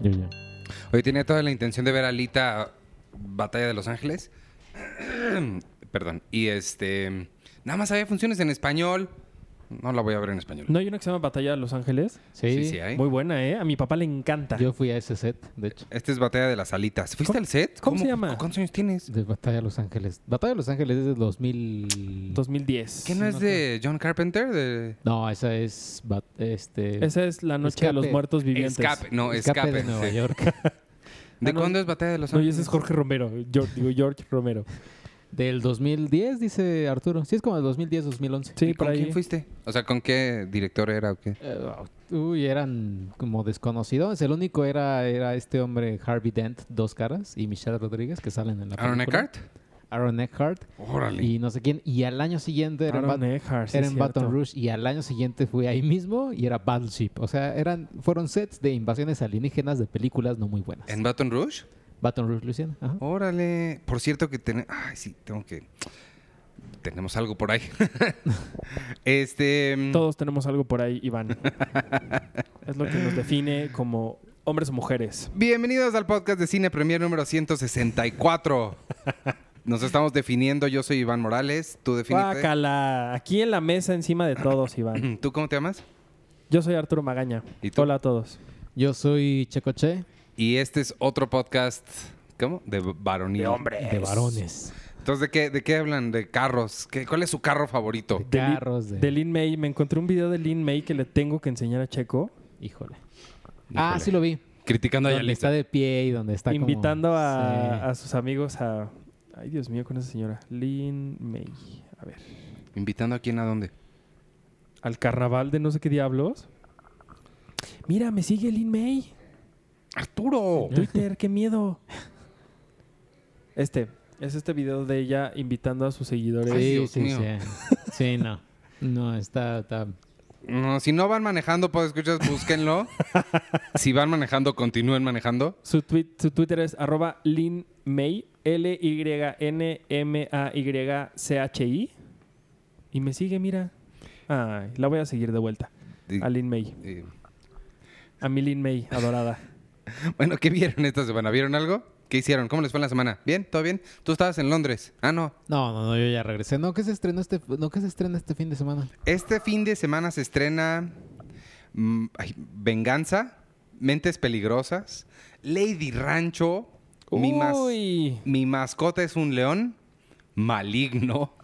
Yo, yo. Hoy tenía toda la intención de ver a Alita Batalla de Los Ángeles. Perdón. Y este. Nada más había funciones en español. No la voy a ver en español. No hay una que se llama Batalla de Los Ángeles. Sí, Sí, sí hay. Muy buena, ¿eh? A mi papá le encanta. Yo fui a ese set, de hecho, Este es Batalla de las Alitas. ¿Fuiste ¿Cómo- al set? cómo se llama? ¿Cuántos años tienes? de Batalla de Los Ángeles. Batalla de Los Ángeles es de 2000. 2010. ¿Qué no es de John Carpenter? De... No, esa es. bat- Este... Esa es la noche de los Escape. muertos vivientes. Escape. No, escape. Escape de Nueva sí. York. ¿De Ah, no. cuándo es Batalla de los No, y Ángeles? ese es Jorge Romero. George, digo, George Romero. Del 2010, dice Arturo. Sí, es como el 2010, 2011. Sí, ¿Y por ¿Con ahí. quién fuiste? O sea, ¿con qué director era o qué? Eh, uy, eran como desconocidos. El único era, era este hombre, Harvey Dent, dos caras, y Michelle Rodríguez, que salen en la ¿Aaron película. Eckhart? Aaron Eckhart. Órale. Y no sé quién. Y al año siguiente era, en Aaron Bat- Eckhart, sí, era en cierto. Baton Rouge. Y al año siguiente fui ahí mismo y era Battleship. O sea, eran fueron sets de invasiones alienígenas de películas no muy buenas. ¿En Baton Rouge? Baton Rouge, Luisiana. Ajá. Órale. Por cierto que tenemos... Ay, sí, tengo que... Tenemos algo por ahí. este... mm, Todos tenemos algo por ahí, Iván. es lo que nos define como hombres o mujeres. Bienvenidos al podcast de Cine Premier número 164. Nos estamos definiendo. Yo soy Iván Morales. Tú defínete. Guácala. Aquí en la mesa, encima de todos, Iván. ¿Tú cómo te llamas? Yo soy Arturo Magaña. ¿Y tú? Hola a todos. Yo soy Checoche, Y este es otro podcast... ¿Cómo? De varonil. de varones. Entonces, ¿de qué, de qué hablan? ¿De carros? ¿Qué, ¿Cuál es su carro favorito? De carros, de- de Lin May. Me encontré un video de Lin May que le tengo que enseñar a Checo. Híjole. Ah, Híjole. sí lo vi. Criticando a Donde está Yalitza. de pie y donde está como- invitando Sí. a, a sus amigos a. Ay, Dios mío, con esa señora. Lin May. A ver. ¿Invitando a quién a dónde? Al carnaval de no sé qué diablos. Mira, me sigue Lin May. ¡Arturo! Twitter, qué miedo. Este. Es este video de ella invitando a sus seguidores. Ay, Sí, Dios sí, mío. sí. Sí, no. No, está, está- No, si no van manejando, pues escuchas, búsquenlo. si van manejando, continúen manejando. Su, tweet, su Twitter es arroba Lin May, L-Y-N-M-A-Y-C-H-I. Y me sigue, mira. Ay, la voy a seguir de vuelta. Y- A Lin May. y- A mi Lin May, adorada. bueno, ¿qué vieron esta semana? ¿Vieron algo? ¿Qué hicieron? ¿Cómo les fue en la semana? ¿Bien? ¿Todo bien? Tú estabas en Londres. Ah, no. No, no, no, yo ya regresé. No, que se estrenó este, no, que se estrena este fin de semana. Este fin de semana se estrena mm, ay, Venganza, Mentes Peligrosas, Lady Rancho, mi, mas- Uy. mi mascota es un león maligno.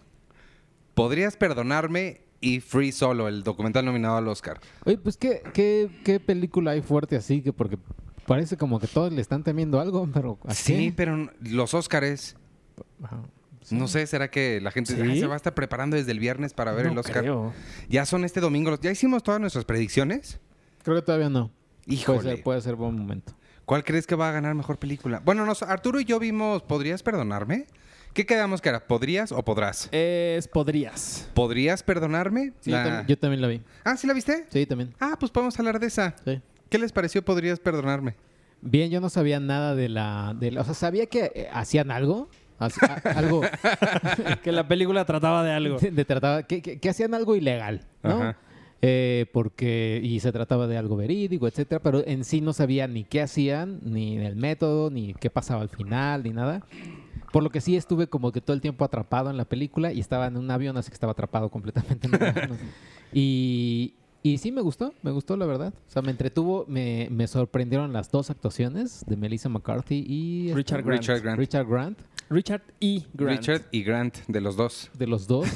¿Podrías perdonarme? Y Free Solo, el documental nominado al Oscar. Oye, pues ¿qué, qué, qué película hay fuerte así que porque parece como que todos le están temiendo algo, pero así. Sí, pero n- los Óscares, Ajá. no sé, ¿será que la gente ¿Sí? "Ay, se va a estar preparando desde el viernes para ver No el Oscar? creo. Ya son este domingo, los- ya hicimos todas nuestras predicciones. Creo que todavía no. Híjole. Puede ser, puede ser buen momento. ¿Cuál crees que va a ganar mejor película? Bueno, nos, Arturo y yo vimos ¿Podrías perdonarme? ¿Qué quedamos que era? ¿Podrías o podrás? Es podrías. ¿Podrías perdonarme? Sí, La- yo, también, yo también la vi. Ah, ¿sí la viste? Sí, también. Ah, pues podemos hablar de esa. Sí. ¿Qué les pareció ¿Podrías perdonarme? Bien, yo no sabía nada de la, de la- o sea, sabía que eh, hacían algo, hac- a- algo Que la película trataba de algo. de, de trataba- que, que- que hacían algo ilegal, ¿no? Ajá. Eh, porque y se trataba de algo verídico, etcétera, pero en sí no sabía ni qué hacían, ni el método, ni qué pasaba al final, ni nada. Por lo que sí estuve como que todo el tiempo atrapado en la película y estaba en un avión, así que estaba atrapado completamente. en el avión. y, y sí me gustó, me gustó la verdad. O sea, me entretuvo, me, me sorprendieron las dos actuaciones de Melissa McCarthy y este- Richard Grant. Richard Grant. Richard Grant, Richard E. Grant. Richard E. y Grant, de los dos. de los dos.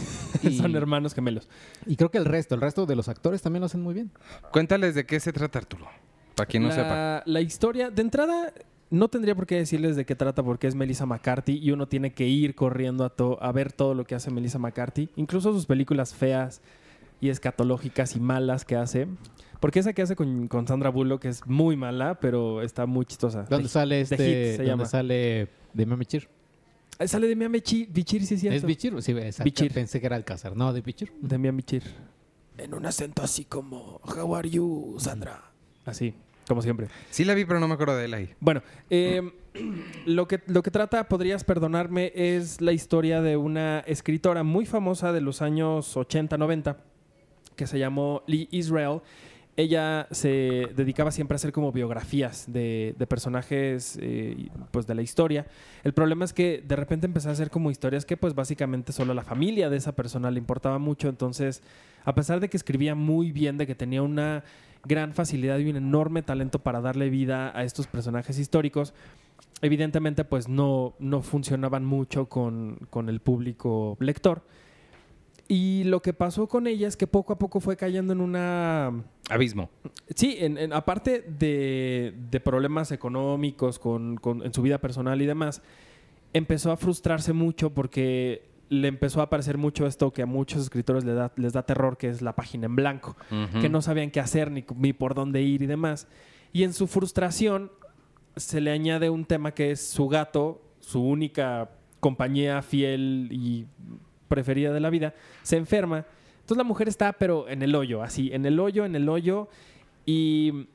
Y- Son hermanos gemelos. y creo que el resto, el resto de los actores también lo hacen muy bien. Cuéntales de qué se trata, Arturo. Para quien no la, sepa. La historia, de entrada, no tendría por qué decirles de qué trata porque es Melissa McCarthy y uno tiene que ir corriendo a, to- a ver todo lo que hace Melissa McCarthy, incluso sus películas feas y escatológicas y malas que hace. Porque esa que hace con, con Sandra Bullock es muy mala, pero está muy chistosa. ¿Dónde De- sale este? Ah, The Hit se ¿Dónde llama. sale de Mamichir? Ah, sale de Miami Chi- Bichir, sí es cierto. ¿Es Bichir? Sí, exacto. Bichir. Pensé que era Alcázar. No, de Bichir. de Miami Cheer. En un acento así como, How are you, Sandra? Así, como siempre. Sí la vi, pero no me acuerdo de él ahí. Bueno, eh, lo, que, lo que trata, podrías perdonarme, es la historia de una escritora muy famosa de los años 80, 90, que se llamó Lee Israel. ella se dedicaba siempre a hacer como biografías de, de personajes eh, y, pues de la historia. El problema es que de repente empezó a hacer como historias que pues básicamente solo a la familia de esa persona le importaba mucho. Entonces, a pesar de que escribía muy bien, de que tenía una gran facilidad y un enorme talento para darle vida a estos personajes históricos, evidentemente pues no, no funcionaban mucho con, con el público lector. Y lo que pasó con ella es que poco a poco fue cayendo en una Abismo. Sí, en, en- aparte de, de problemas económicos con, con- en su vida personal y demás, empezó a frustrarse mucho porque le empezó a aparecer mucho esto que a muchos escritores le da- les da terror, que es la página en blanco, Ujú. que no sabían qué hacer ni, ni por dónde ir y demás. Y en su frustración se le añade un tema que es su gato, su única compañía fiel y preferida de la vida, se enferma. Entonces la mujer está, pero en el hoyo, así, en el hoyo, en el hoyo. Y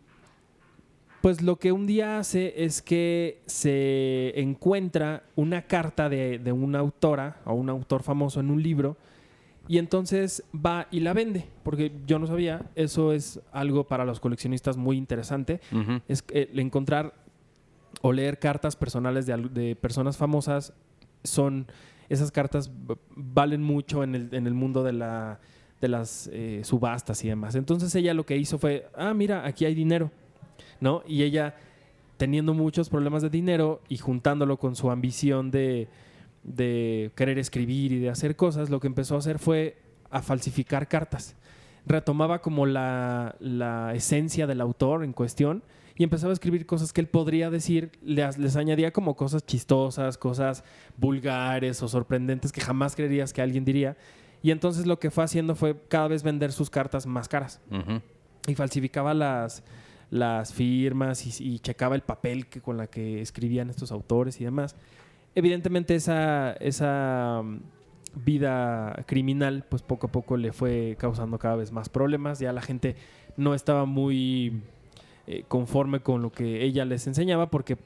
pues lo que un día hace es que se encuentra una carta de, de una autora o un autor famoso en un libro y entonces va y la vende, porque yo no sabía, eso es algo para los coleccionistas muy interesante, Ujú. es eh, el encontrar o leer cartas personales de, al- de personas famosas son esas cartas v- valen mucho en el, en el mundo de la de las eh, subastas y demás. Entonces ella lo que hizo fue, ah, mira, aquí hay dinero, ¿no? Y ella teniendo muchos problemas de dinero y juntándolo con su ambición de, de querer escribir y de hacer cosas, lo que empezó a hacer fue a falsificar cartas. Retomaba como la, la esencia del autor en cuestión y empezaba a escribir cosas que él podría decir, les, les añadía como cosas chistosas, cosas vulgares o sorprendentes que jamás creerías que alguien diría. Y entonces lo que fue haciendo fue cada vez vender sus cartas más caras Ujú. y falsificaba las, las firmas y, y checaba el papel que, con la que escribían estos autores y demás. Evidentemente esa, esa mm, vida criminal pues poco a poco le fue causando cada vez más problemas. Ya la gente no estaba muy eh, conforme con lo que ella les enseñaba porque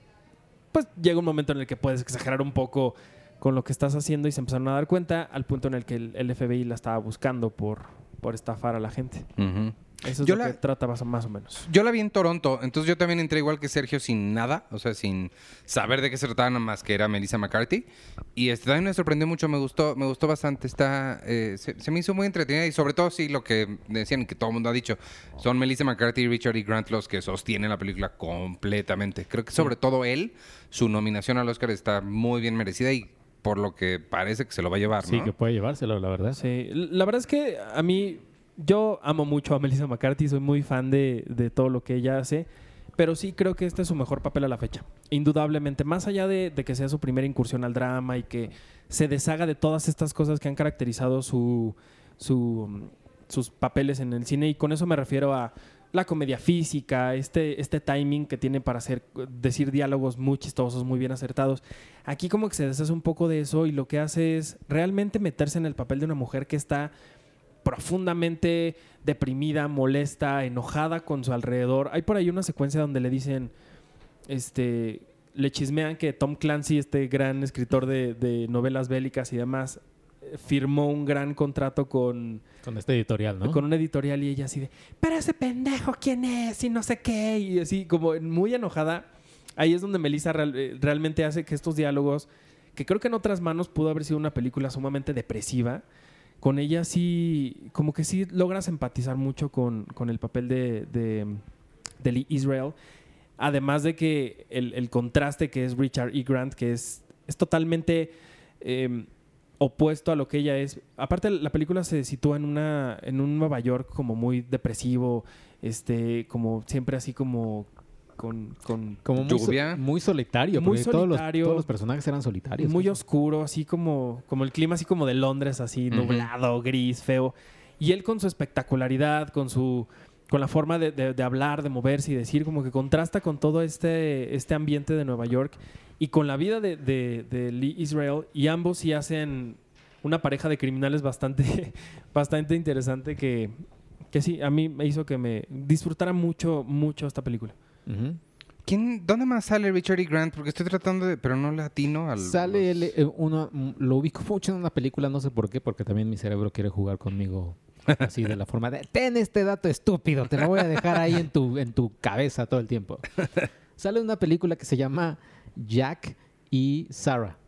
pues llega un momento en el que puedes exagerar un poco con lo que estás haciendo y se empezaron a dar cuenta al punto en el que el, el FBI la estaba buscando por, por estafar a la gente. Ujú. Eso es Yo lo la- que trata más, más o menos. Yo la vi en Toronto, entonces yo también entré igual que Sergio sin nada, o sea, sin saber de qué se trataba nada más que era Melissa McCarthy. Y este, también me sorprendió mucho, me gustó, me gustó bastante. Está, eh, se, se me hizo muy entretenida y sobre todo sí lo que decían que todo el mundo ha dicho, son Melissa McCarthy y Richard E. Grant los que sostienen la película completamente. Creo que sobre todo él, su nominación al Oscar está muy bien merecida y por lo que parece que se lo va a llevar, Sí, ¿no? que puede llevárselo, la verdad. Sí, la verdad es que a mí, yo amo mucho a Melissa McCarthy, soy muy fan de, de todo lo que ella hace, pero sí creo que este es su mejor papel a la fecha, indudablemente, más allá de, de que sea su primera incursión al drama y que se deshaga de todas estas cosas que han caracterizado su, su, mm, sus papeles en el cine, y con eso me refiero a la comedia física, este, este timing que tiene para hacer, decir diálogos muy chistosos, muy bien acertados. Aquí como que se deshace un poco de eso y lo que hace es realmente meterse en el papel de una mujer que está profundamente deprimida, molesta, enojada con su alrededor. Hay por ahí una secuencia donde le dicen, este, le chismean que Tom Clancy, este gran escritor de, de novelas bélicas y demás, eh, firmó un gran contrato con, Con este editorial, ¿no? con una editorial y ella así de, pero ese pendejo, ¿quién es? Y no sé qué. Y así como en- muy enojada. Ahí es donde Melissa real- eh, realmente hace que estos diálogos, que creo que en otras manos pudo haber sido una película sumamente depresiva, con ella sí, como que sí logras empatizar mucho con, con el papel de, de, de Lee Israel. Además de que el, el contraste que es Richard E. Grant, que es, es totalmente eh, opuesto a lo que ella es. Aparte, la película se sitúa en, una, en un Nueva York como muy depresivo, este, como siempre así como con, con Como muy, so- Lluvia. muy solitario, Muy porque todos los- solitario. Todos, los, personajes eran solitarios. muy Sí. oscuro, así como, como el clima así como de Londres, así Ujú. nublado, gris, feo. Y él con su espectacularidad, con su con la forma de, de- de hablar, de moverse y decir, como que contrasta con todo este, este ambiente de Nueva York y con la vida de, de- de Lee Israel. Y ambos sí hacen una pareja de criminales bastante, bastante interesante que, que sí, a mí me hizo que me disfrutara mucho, mucho esta película. Ujú. ¿Quién, ¿Dónde más sale Richard E. Grant? Porque estoy tratando de, pero no latino al... Sale los- él, eh, uno, mm, lo ubico mucho en una película, no sé por qué, porque también mi cerebro quiere jugar conmigo Así de la forma de, ten este dato estúpido, te lo voy a dejar ahí en tu, en tu cabeza todo el tiempo. Sale una película que se llama Jack y Sarah.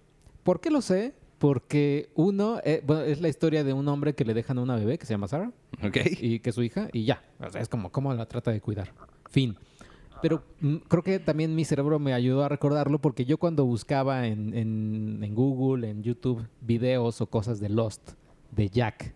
¿Por qué lo sé? Porque uno, eh, bueno, es la historia de un hombre que le dejan a una bebé que se llama Sarah Ok. y que es su hija y ya. O sea, es como cómo la trata de cuidar. Fin. Pero mm, creo que también mi cerebro me ayudó a recordarlo porque yo cuando buscaba en, en- en Google, en YouTube, videos o cosas de Lost, de Jack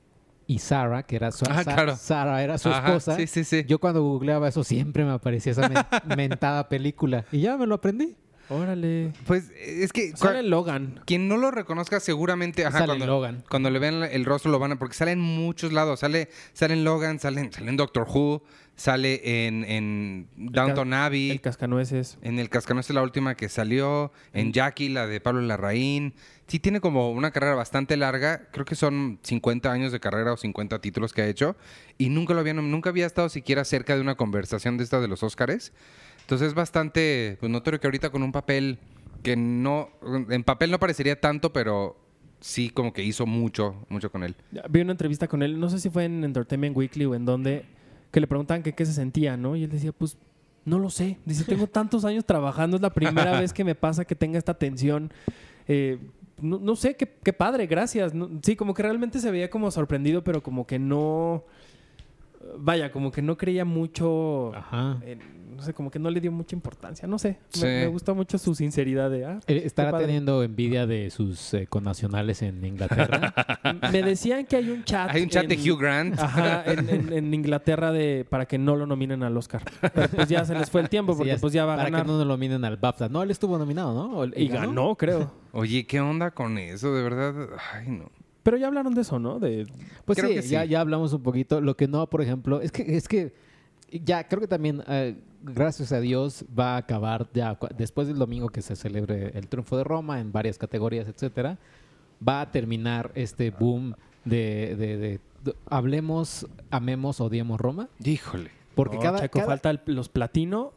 y Sarah, que era su Ah, Sa- claro. Sarah era su Ajá, esposa. sí, sí, sí. Yo cuando googleaba eso siempre me aparecía esa men- mentada película y ya me lo aprendí. Órale. Pues es que Sale Logan. Quien no lo reconozca seguramente, ajá, Sale cuando, Logan. cuando le vean el rostro lo van a, porque sale en muchos lados, sale, sale en Logan, sale, en- sale en Doctor Who, sale en, en Downton Abbey, El cascanueces. en el Cascanueces la última que salió, en Jackie la de Pablo Larraín. Sí tiene como una carrera bastante larga, creo que son 50 años de carrera o 50 títulos que ha hecho y nunca lo había nom- nunca había estado siquiera cerca de una conversación de esta de los Óscares. Entonces es bastante pues, notorio que ahorita con un papel que no en papel no parecería tanto, pero sí como que hizo mucho, mucho con él. Vi una entrevista con él, no sé si fue en Entertainment Weekly o en donde, que le preguntaban que qué se sentía, ¿no? Y él decía, pues, no lo sé. Dice, tengo tantos años trabajando, es la primera vez que me pasa que tenga esta tensión. Eh, no, no sé, qué, qué padre, gracias. No- sí, como que realmente se veía como sorprendido, pero como que no... Vaya, como que no creía mucho... Ajá. eh, no sé, como que no le dio mucha importancia, no sé. Me, Sí. me gusta mucho su sinceridad de... "Ah, Eh, qué Eh, estará padre". teniendo envidia de sus eh, connacionales en Inglaterra. Me decían que hay un chat... Hay un chat de en- Ah. Hugh Grant. Ajá, en, en- en Inglaterra de para que no lo nominen al Oscar. Pero pues ya se les fue el tiempo porque Así es, pues ya va a para ganar. que no nos lo minen al BAFTA. No, él estuvo nominado, ¿no? ¿O- Y ganó, creo. Oye, ¿qué onda con eso? De verdad, ay no. Pero ya hablaron de eso, ¿no? De Pues Creo sí, que sí. Ya, ya hablamos un poquito. Lo que no, por ejemplo, es que, es que ya creo que también, eh, gracias a Dios, va a acabar ya cu- después del domingo que se celebre el triunfo de Roma en varias categorías, etcétera, va a terminar este boom de, de- de- de- hablemos, amemos, odiemos Roma. Híjole. Porque No, cada, "Oh, Checo, cada- falta el- los platino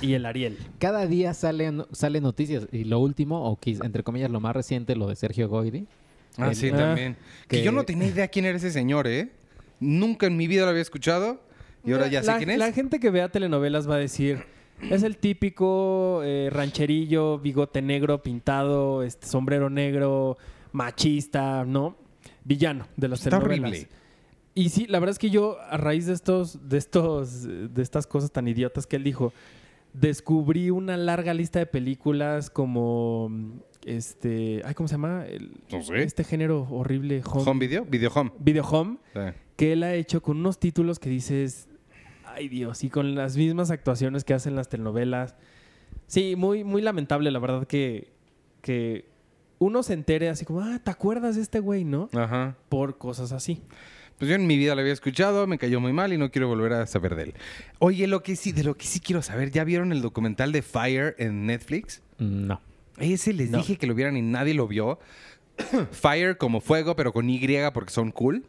y el Ariel. cada día salen, salen noticias. Y lo último, o quiz- entre comillas, lo más reciente, lo de Sergio Goyri. Ah, El- sí, Ah, también. Que que- yo no tenía idea quién era ese señor, ¿eh? Nunca en mi vida lo había escuchado y ahora ya sé la, quién es. La gente que vea telenovelas va a decir. Es el típico eh, rancherillo, bigote negro, pintado, este, sombrero negro, machista, ¿no? Villano de las Está telenovelas. horrible. Y sí, la verdad es que yo, a raíz de estos, de estos, eh, de estas cosas tan idiotas que él dijo, descubrí una larga lista de películas como mm, este. Ay, ¿cómo se llama? El- No sé. Este género horrible, home, Home video, video home. video home Sí. que él ha hecho con unos títulos que dices, ay Dios, y con las mismas actuaciones que hacen las telenovelas. Sí, muy, muy lamentable, la verdad, que, que uno se entere así como, ah, ¿te acuerdas de este güey, no? Ajá. Por cosas así. Pues yo en mi vida lo había escuchado, me cayó muy mal y no quiero volver a saber de él. Oye, lo que sí, de lo que sí quiero saber, ¿ya vieron el documental de Fire en Netflix? mm, No. Ese les No. dije que lo vieran y nadie lo vio. Fire como fuego, pero con Y porque son cool.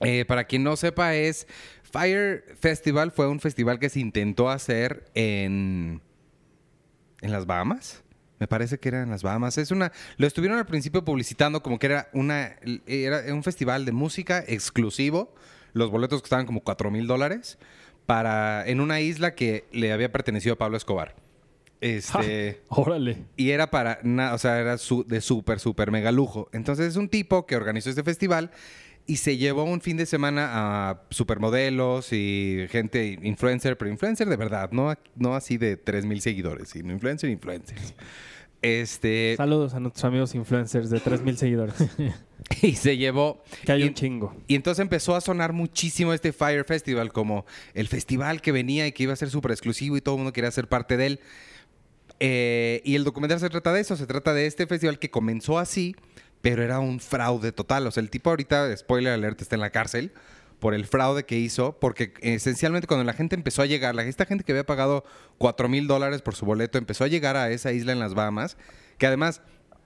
Eh, para quien no sepa, es Fire Festival fue un festival que se intentó hacer en. en las Bahamas. Me parece que era en las Bahamas. Es una. Lo estuvieron al principio publicitando como que era una. Era un festival de música exclusivo. Los boletos costaban como 4 mil dólares. Para. en una isla que le había pertenecido a Pablo Escobar. Este. Órale. Y era para, na- o sea, era su- de súper, súper mega lujo. Entonces es un tipo que organizó este festival y se llevó un fin de semana a supermodelos y gente influencer, pero influencer de verdad, no, no así de 3000 seguidores, sino influencer, influencers. Eh, Este, Saludos a nuestros amigos influencers de 3.000 seguidores, y se llevó... que hay y- un chingo. Y entonces empezó a sonar muchísimo este Fire Festival, como el festival que venía y que iba a ser súper exclusivo y todo el mundo quería ser parte de él. Eh, y el documental se trata de eso, se trata de este festival que comenzó así, pero era un fraude total. O sea, el tipo ahorita, spoiler alert, está en la cárcel por el fraude que hizo, porque esencialmente cuando la gente empezó a llegar, la- esta gente que había pagado 4 mil dólares por su boleto, empezó a llegar a esa isla en las Bahamas, que además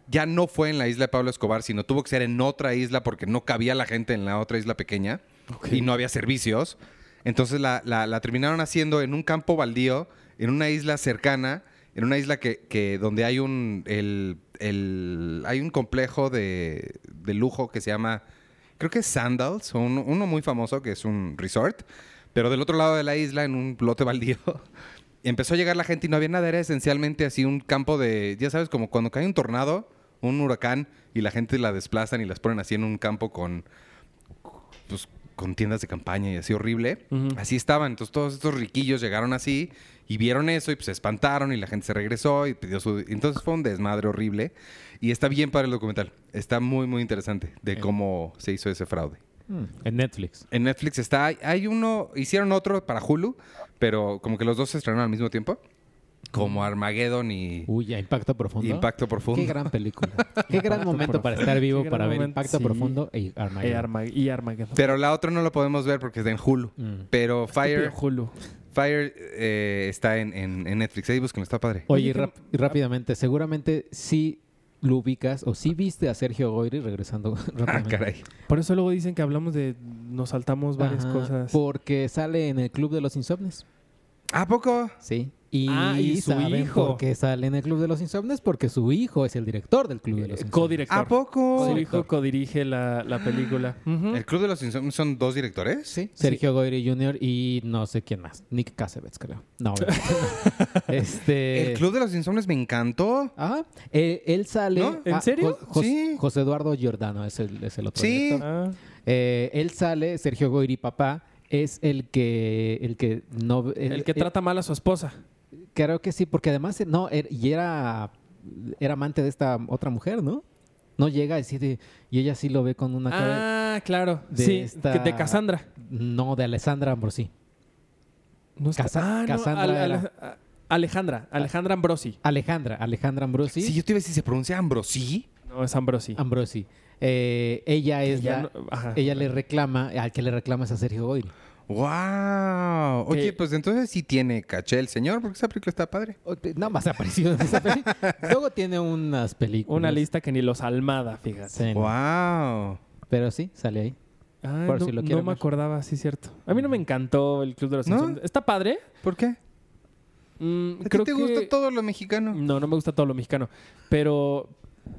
ya no fue en la isla de Pablo Escobar, sino tuvo que ser en otra isla porque no cabía la gente en la otra isla pequeña Ok. y no había servicios. Entonces la, la- la terminaron haciendo en un campo baldío, en una isla cercana, en una isla que, que donde hay un el, el- hay un complejo de, de lujo que se llama creo que Sandals, o uno, uno muy famoso que es un resort, pero del otro lado de la isla, en un lote baldío, empezó a llegar la gente y no había nada. Era esencialmente así un campo de, ya sabes, como cuando cae un tornado, un huracán, y la gente la desplazan y las ponen así en un campo con, pues, con tiendas de campaña y así horrible. Así estaban. Entonces todos estos riquillos llegaron así y vieron eso y pues se espantaron y la gente se regresó y pidió su... Entonces fue un desmadre horrible. Y está bien para el documental. Está muy, muy interesante de cómo se hizo ese fraude. Mm, en Netflix. En Netflix está. Hay uno, hicieron otro para Hulu, pero como que los dos se estrenaron al mismo tiempo. Como Armageddon y Uy, ya, Impacto Profundo. Impacto Profundo. Uh, Qué gran película. Qué gran momento para estar vivo Qué gran para ver momento, Impacto sí. Profundo y Eh, Armageddon. Arma- y Armageddon. Pero la otra no la podemos ver porque está en Hulu. Mm. Pero Fire, Estúpido Hulu. Fire eh, está en, en- en Netflix. Ahí busquen, está padre. Oye, Oye, y que- rap- y rápidamente, seguramente sí lo ubicas o sí viste a Sergio Goyri regresando Ah, rápidamente. caray. Por eso luego dicen que hablamos de. Nos saltamos varias Ajá, cosas. Porque sale en el Club de los Insomnes. ¿A poco? Sí. Y, Ah, y su ¿saben hijo. por qué sale en el Club de los Insomnes? Porque su hijo es el director del Club de los Ah, Eh, Insomnes. Codirector. ¿A poco? Su Sí. ¿Mm? hijo codirige la, la película. Ujú. ¿El Club de los Insomnios son dos directores? Sí, Sergio Goyri Jr. y no sé quién más. Nick Cassavetes, creo. No, obviamente no. este... El Club de los Insomnios me encantó. Ajá. Eh, él sale... ¿No? ¿En serio? Jo- Jos- Sí. José Eduardo Giordano es el, es el otro Sí. director. Ah, Eh, él sale, Sergio Goyri, papá, es el que, el que no, el, el, que el- trata mal a su esposa. creo que sí, porque además eh, no, er- y era, era amante de esta otra mujer, ¿no? No llega a decir de- y ella sí lo ve con una cara Ah, claro. de sí, esta- que- de Cassandra. no de Alessandra Ambrosi. No es- Casa- ah, no, Cassandra Ale- era. Ale- a- Alejandra, Alejandra Ambrosi. Alejandra, Alejandra Ambrosi. Sí, yo te iba a decir, ¿se pronuncia Ambrosí? No, es Ambrosi. Ambrosi. Eh, ella Ah, es Ya la- no- ah. ajá. ella le reclama, al que le reclama es a Sergio Goyri. ¡Wow! Oye, Que- pues entonces sí tiene caché el señor, porque esa película está padre. O- te- Nada más apareció en esa peli. Luego tiene unas películas. Una lista que ni los Almada, fíjate. Sí, no. ¡Wow! Pero sí, sale ahí. Ah, Por no, si lo no quieren me ver. acordaba, sí, cierto. A mí no me encantó el Club de los ¿No? Simpsons. Está padre. ¿Por qué? Mm, ¿A ti creo te que... gusta todo lo mexicano? No, no me gusta todo lo mexicano. Pero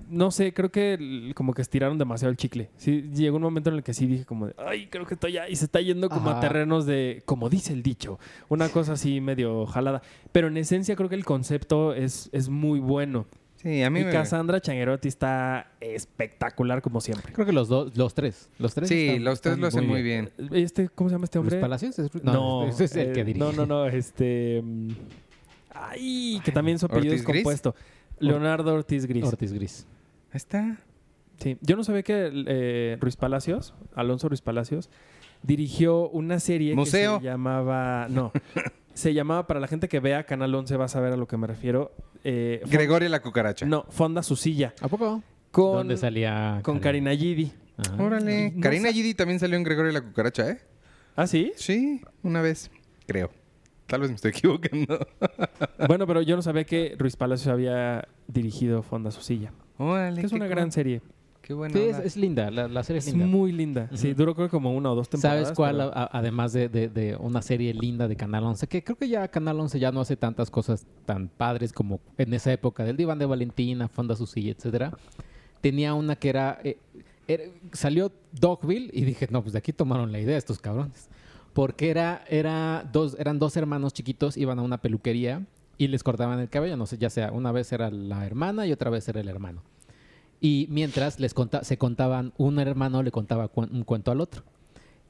no sé, creo que el- como que estiraron demasiado el chicle. Sí, llegó un momento en el que sí dije como de, ay, creo que estoy ya. Y se está yendo como a Ajá. terrenos de, como dice el dicho, una cosa así medio jalada. Pero en esencia creo que el concepto es, es muy bueno. Sí, a mí Y me... Cassandra Changuerotti está espectacular como siempre. Creo que los dos, los tres. Los tres. Sí, están- los tres están lo hacen muy muy bien. Este, ¿Cómo se llama este Luis hombre? Palacios es, no, No, ese es el eh, que dirige. No, no, no, este. mm, Ay, que Ay, también su apellido ¿Ortiz es Gris? compuesto. Leonardo Ortiz Gris. Ortiz Gris. Ahí está. Sí. Yo no sabía que eh, Ruiz Palacios, Alonso Ruiz Palacios, dirigió una serie Museo. que se llamaba. No. se llamaba, para la gente que vea Canal 11, va a saber a lo que me refiero. eh, Fon- Gregorio la cucaracha. No, Fonda su silla. ¿A poco? Con, ¿Dónde salía? Ah, con Karina Gidi. Ajá. Órale. No Karina sa- Gidi también salió en Gregorio la cucaracha, ¿eh? ¿Ah, sí? Sí, una vez, creo. Tal vez me estoy equivocando. bueno, pero yo no sabía que Ruiz Palacios había dirigido Fonda su silla. Órale. Que es qué una cool. gran serie. Qué buena Sí, es, onda. es linda. La, la serie es Es linda. muy linda. Sí, Ujú. duró creo que como una o dos temporadas. ¿Sabes cuál? pero- A- además de, de- de una serie linda de Canal 11, que creo que ya Canal 11 ya no hace tantas cosas tan padres como en esa época del diván de Valentina, Fonda Susilla, etcétera. Tenía una que era, eh, era- salió Dogville y dije, no, pues de aquí tomaron la idea estos cabrones. Porque era, era dos, eran dos hermanos chiquitos, iban a una peluquería y les cortaban el cabello, no sé, ya sea, una vez era la hermana y otra vez era el hermano. Y mientras les conta- se contaban, un hermano le contaba cu- un cuento al otro.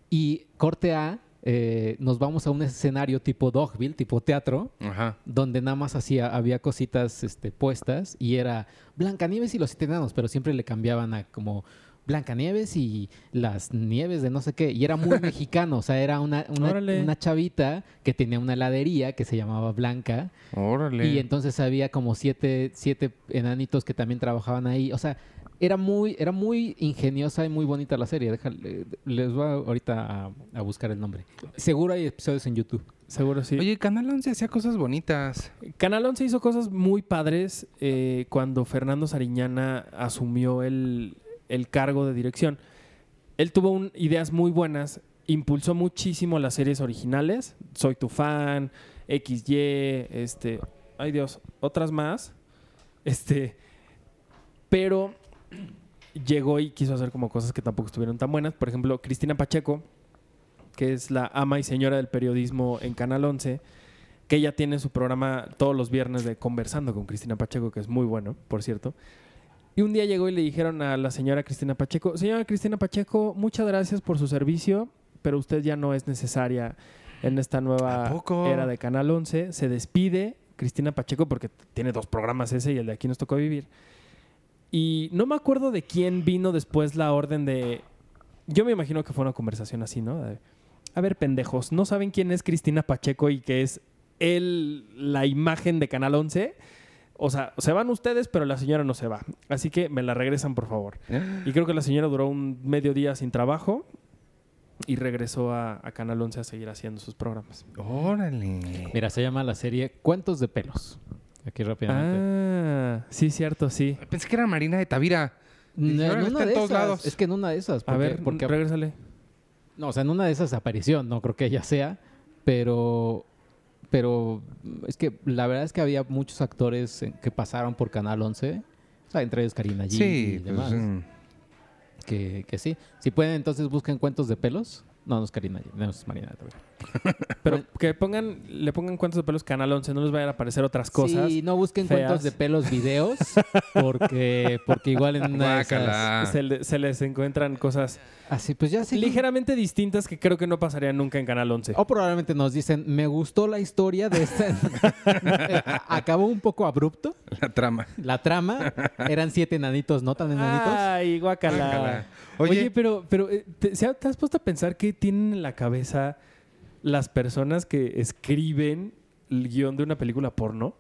Y corte A, eh, nos vamos a un escenario tipo Dogville, tipo teatro, Ajá. donde nada más hacía, había cositas este, puestas y era Blancanieves y los siete enanos, pero siempre le cambiaban a como Blancanieves y las nieves de no sé qué. Y era muy mexicano, o sea, era una, una, Órale. una chavita que tenía una heladería que se llamaba Blanca Órale. y entonces había como siete, siete enanitos que también trabajaban ahí. O sea, era muy, era muy ingeniosa y muy bonita la serie. Déjale- les voy a- ahorita a, a buscar el nombre. Seguro hay episodios en YouTube. Seguro sí. Oye, Canal 11 hacía cosas bonitas. Canal 11 hizo cosas muy padres eh, cuando Fernando Sariñana asumió el, el cargo de dirección. Él tuvo un- ideas muy buenas, impulsó muchísimo las series originales, Soy tu fan, XY, este, ay Dios, otras más. Este, pero llegó y quiso hacer como cosas que tampoco estuvieron tan buenas. Por ejemplo, Cristina Pacheco, que es la ama y señora del periodismo en Canal 11, que ella tiene su programa todos los viernes de Conversando con Cristina Pacheco, que es muy bueno, por cierto. Y un día llegó y le dijeron a la señora Cristina Pacheco, señora Cristina Pacheco, muchas gracias por su servicio, pero usted ya no es necesaria en esta ¿A nueva poco? era de Canal 11. Se despide Cristina Pacheco porque tiene dos programas ese y el de aquí nos tocó vivir. Y no me acuerdo de quién vino después la orden de... Yo me imagino que fue una conversación así, ¿no? De, a ver, pendejos, ¿no saben quién es Cristina Pacheco y que es él la imagen de Canal 11? O sea, se van ustedes, pero la señora no se va. Así que me la regresan, por favor. Y creo que la señora duró un medio día sin trabajo y regresó a, a Canal 11 a seguir haciendo sus programas. Órale. Mira, se llama la serie Cuentos de pelos. Aquí rápidamente. Ah, sí, cierto, sí. Pensé que era Marina de Tavira. No, Dije, en "Órale, una está de en todos esas, lados". Es que en una de esas. A Porque, ver, porque- regrésale. no, o sea, en una de esas apareció, no creo que ella sea, pero, pero mm, es que la verdad es que había muchos actores eh, que pasaron por Canal 11, o sea, entre ellos Karina G y Sí, pues, demás, mm. que, que sí. Si pueden, entonces busquen Cuentos de pelos. No, no es Karina G, no es Marina también. Pero que pongan, le pongan cuentos de pelos Canal 11, no les vayan a aparecer otras cosas. Sí, no busquen feas. Cuentos de pelos videos, porque, porque igual en una de esas... Guácala. Se, le- se les encuentran cosas Así, pues ya sí. ligeramente distintas que creo que no pasarían nunca en Canal 11. O probablemente nos dicen, me gustó la historia de esta. Acabó un poco abrupto. La trama. La trama. Eran siete enanitos, no tan enanitos. Ay, guacala. Guácala. Oye, Oye. pero, pero eh, ¿te, se ha- te has puesto a pensar qué tienen en la cabeza las personas que escriben el guión de una película porno?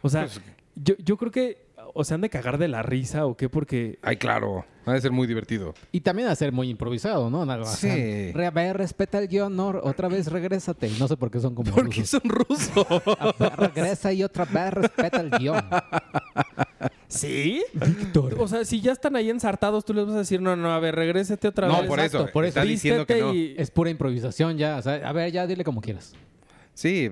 O sea, Pues- yo, yo creo que o se han de cagar de la risa o qué, porque Ay, claro. Va a ser muy divertido. Y también a ser muy improvisado, ¿no? Nada más. Sí. Re- ve, respeta el guión, no, otra vez regrésate. No sé por qué son como Porque rusos. son rusos. Ah, ve, Regresa y otra vez respeta el guión. ¿Sí? Víctor. O sea, si ya están ahí ensartados, tú les vas a decir, no, no, a ver, regrésate otra No, vez. por exacto, eso. por Está eso. diciendo que Vístete no. y- Es pura improvisación ya. o sea, a ver, ya dile como quieras. Sí,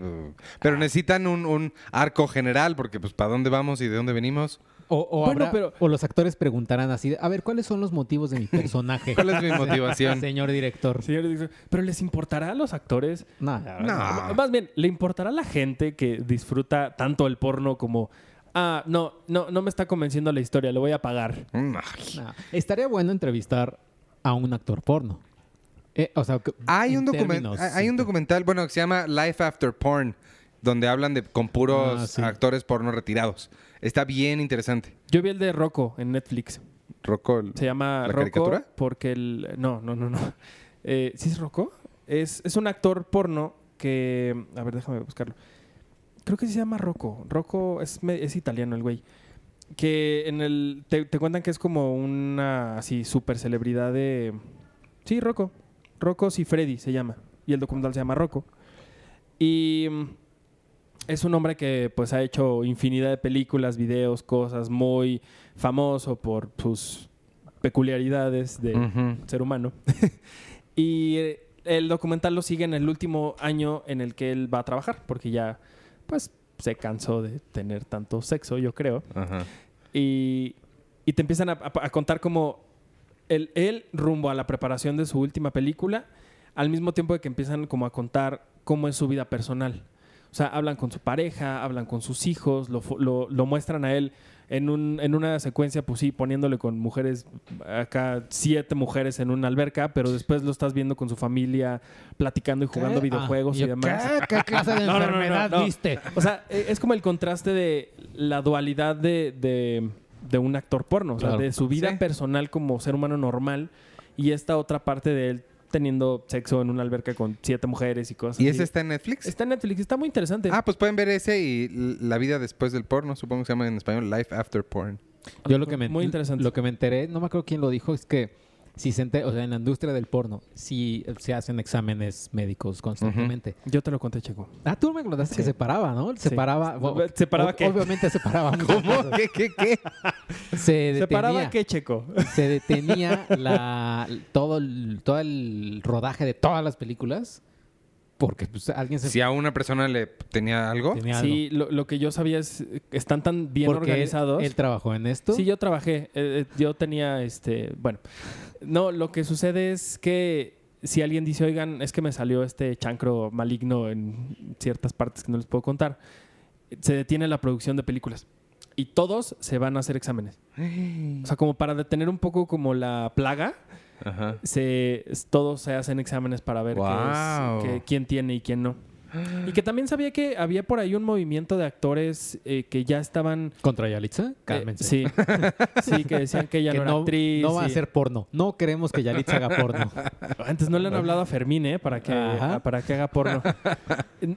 pero necesitan un, un arco general porque, pues, ¿para dónde vamos y de dónde venimos? O, o Bueno, habrá- pero- o los actores preguntarán así, de, a ver, ¿cuáles son los motivos de mi personaje? ¿Cuál es mi motivación? Señor director. Señor director, pero ¿les importará a los actores? No, No. Más bien, ¿le importará a la gente que disfruta tanto el porno como, ah, no, no, no me está convenciendo la historia, le voy a pagar? Mm, ay. No. Estaría bueno entrevistar a un actor porno. Eh, o sea, que- Hay en un, documen- términos- hay- hay un documental, bueno, que se llama Life After Porn, donde hablan de con puros Ah, sí. actores porno retirados. Está bien interesante. Yo vi el de Rocco en Netflix. Rocco, Se llama ¿La Rocco caricatura? porque el... No, no, no, no. Eh, ¿Sí es Rocco? Es, es un actor porno que... A ver, déjame buscarlo. Creo que sí se llama Rocco. Rocco es, me- es italiano el güey. Que en el... Te, te cuentan que es como una así super celebridad de... Sí, Rocco. Rocco Freddy se llama. Y el documental se llama Rocco. Y... mm, Es un hombre que pues ha hecho infinidad de películas, videos, cosas, muy famoso por sus peculiaridades de Ujú. ser humano. y eh, el documental lo sigue en el último año en el que él va a trabajar, porque ya, pues, se cansó de tener tanto sexo, yo creo. Ajá. Y, y te empiezan a, a- a contar como el, él rumbo a la preparación de su última película, al mismo tiempo de que empiezan como a contar cómo es su vida personal. O sea, hablan con su pareja, hablan con sus hijos, lo, fo- lo- lo muestran a él en, un- en una secuencia, pues sí, poniéndole con mujeres, acá siete mujeres en una alberca, pero después lo estás viendo con su familia, platicando y jugando ¿Qué? videojuegos Ah, y yo, demás. ¿Qué, ¿Qué clase de No, no, no, enfermedad no, no. viste? O sea, e- es como el contraste de la dualidad de, de- de un actor porno, o sea, Claro. de su vida Sí. personal como ser humano normal y esta otra parte de él teniendo sexo en una alberca con siete mujeres y cosas. ¿Y así. ese está en Netflix? Está en Netflix, está muy interesante. Ah, pues pueden ver ese y l- La vida después del porno, supongo que se llama en español Life After Porn. Yo lo que me, Muy interesante. Lo que me enteré, no me acuerdo quién lo dijo, es que si se enter- o sea, en la industria del porno, si se hacen exámenes médicos constantemente. Yo te lo conté, Checo. Ah, tú me contaste que Sí. se paraba, ¿no? Se Sí. paraba. bueno, ¿Se paraba ob- qué? Obviamente se paraba. ¿Cómo? ¿Qué, qué, qué? Se detenía. ¿Se paraba qué, Checo? se detenía la, todo, el, todo el rodaje de todas las películas porque pues, alguien se Si a una persona le tenía algo, tenía algo. Sí, lo, lo que yo sabía es eh, que están tan bien Porque él- organizados. Él, trabajó en esto. Sí, yo trabajé. eh, eh, yo tenía, este, bueno. No, lo que sucede es que si alguien dice, oigan, es que me salió este chancro maligno en ciertas partes que no les puedo contar, se detiene la producción de películas. Y todos se van a hacer exámenes. O sea, como para detener un poco como la plaga, Ajá. se, es- todos se hacen exámenes para ver qué Guau. es- qué- quién tiene y quién no. Y que también sabía que había por ahí un movimiento de actores eh, que ya estaban... Contra Yalitza, cálmense. Eh, sí, sí, que decían que ella Que no, era actriz. no va a y- hacer porno. No queremos que Yalitza haga porno. Antes no le han hablado a Fermín, ¿eh? Para que, Ajá. para que haga porno.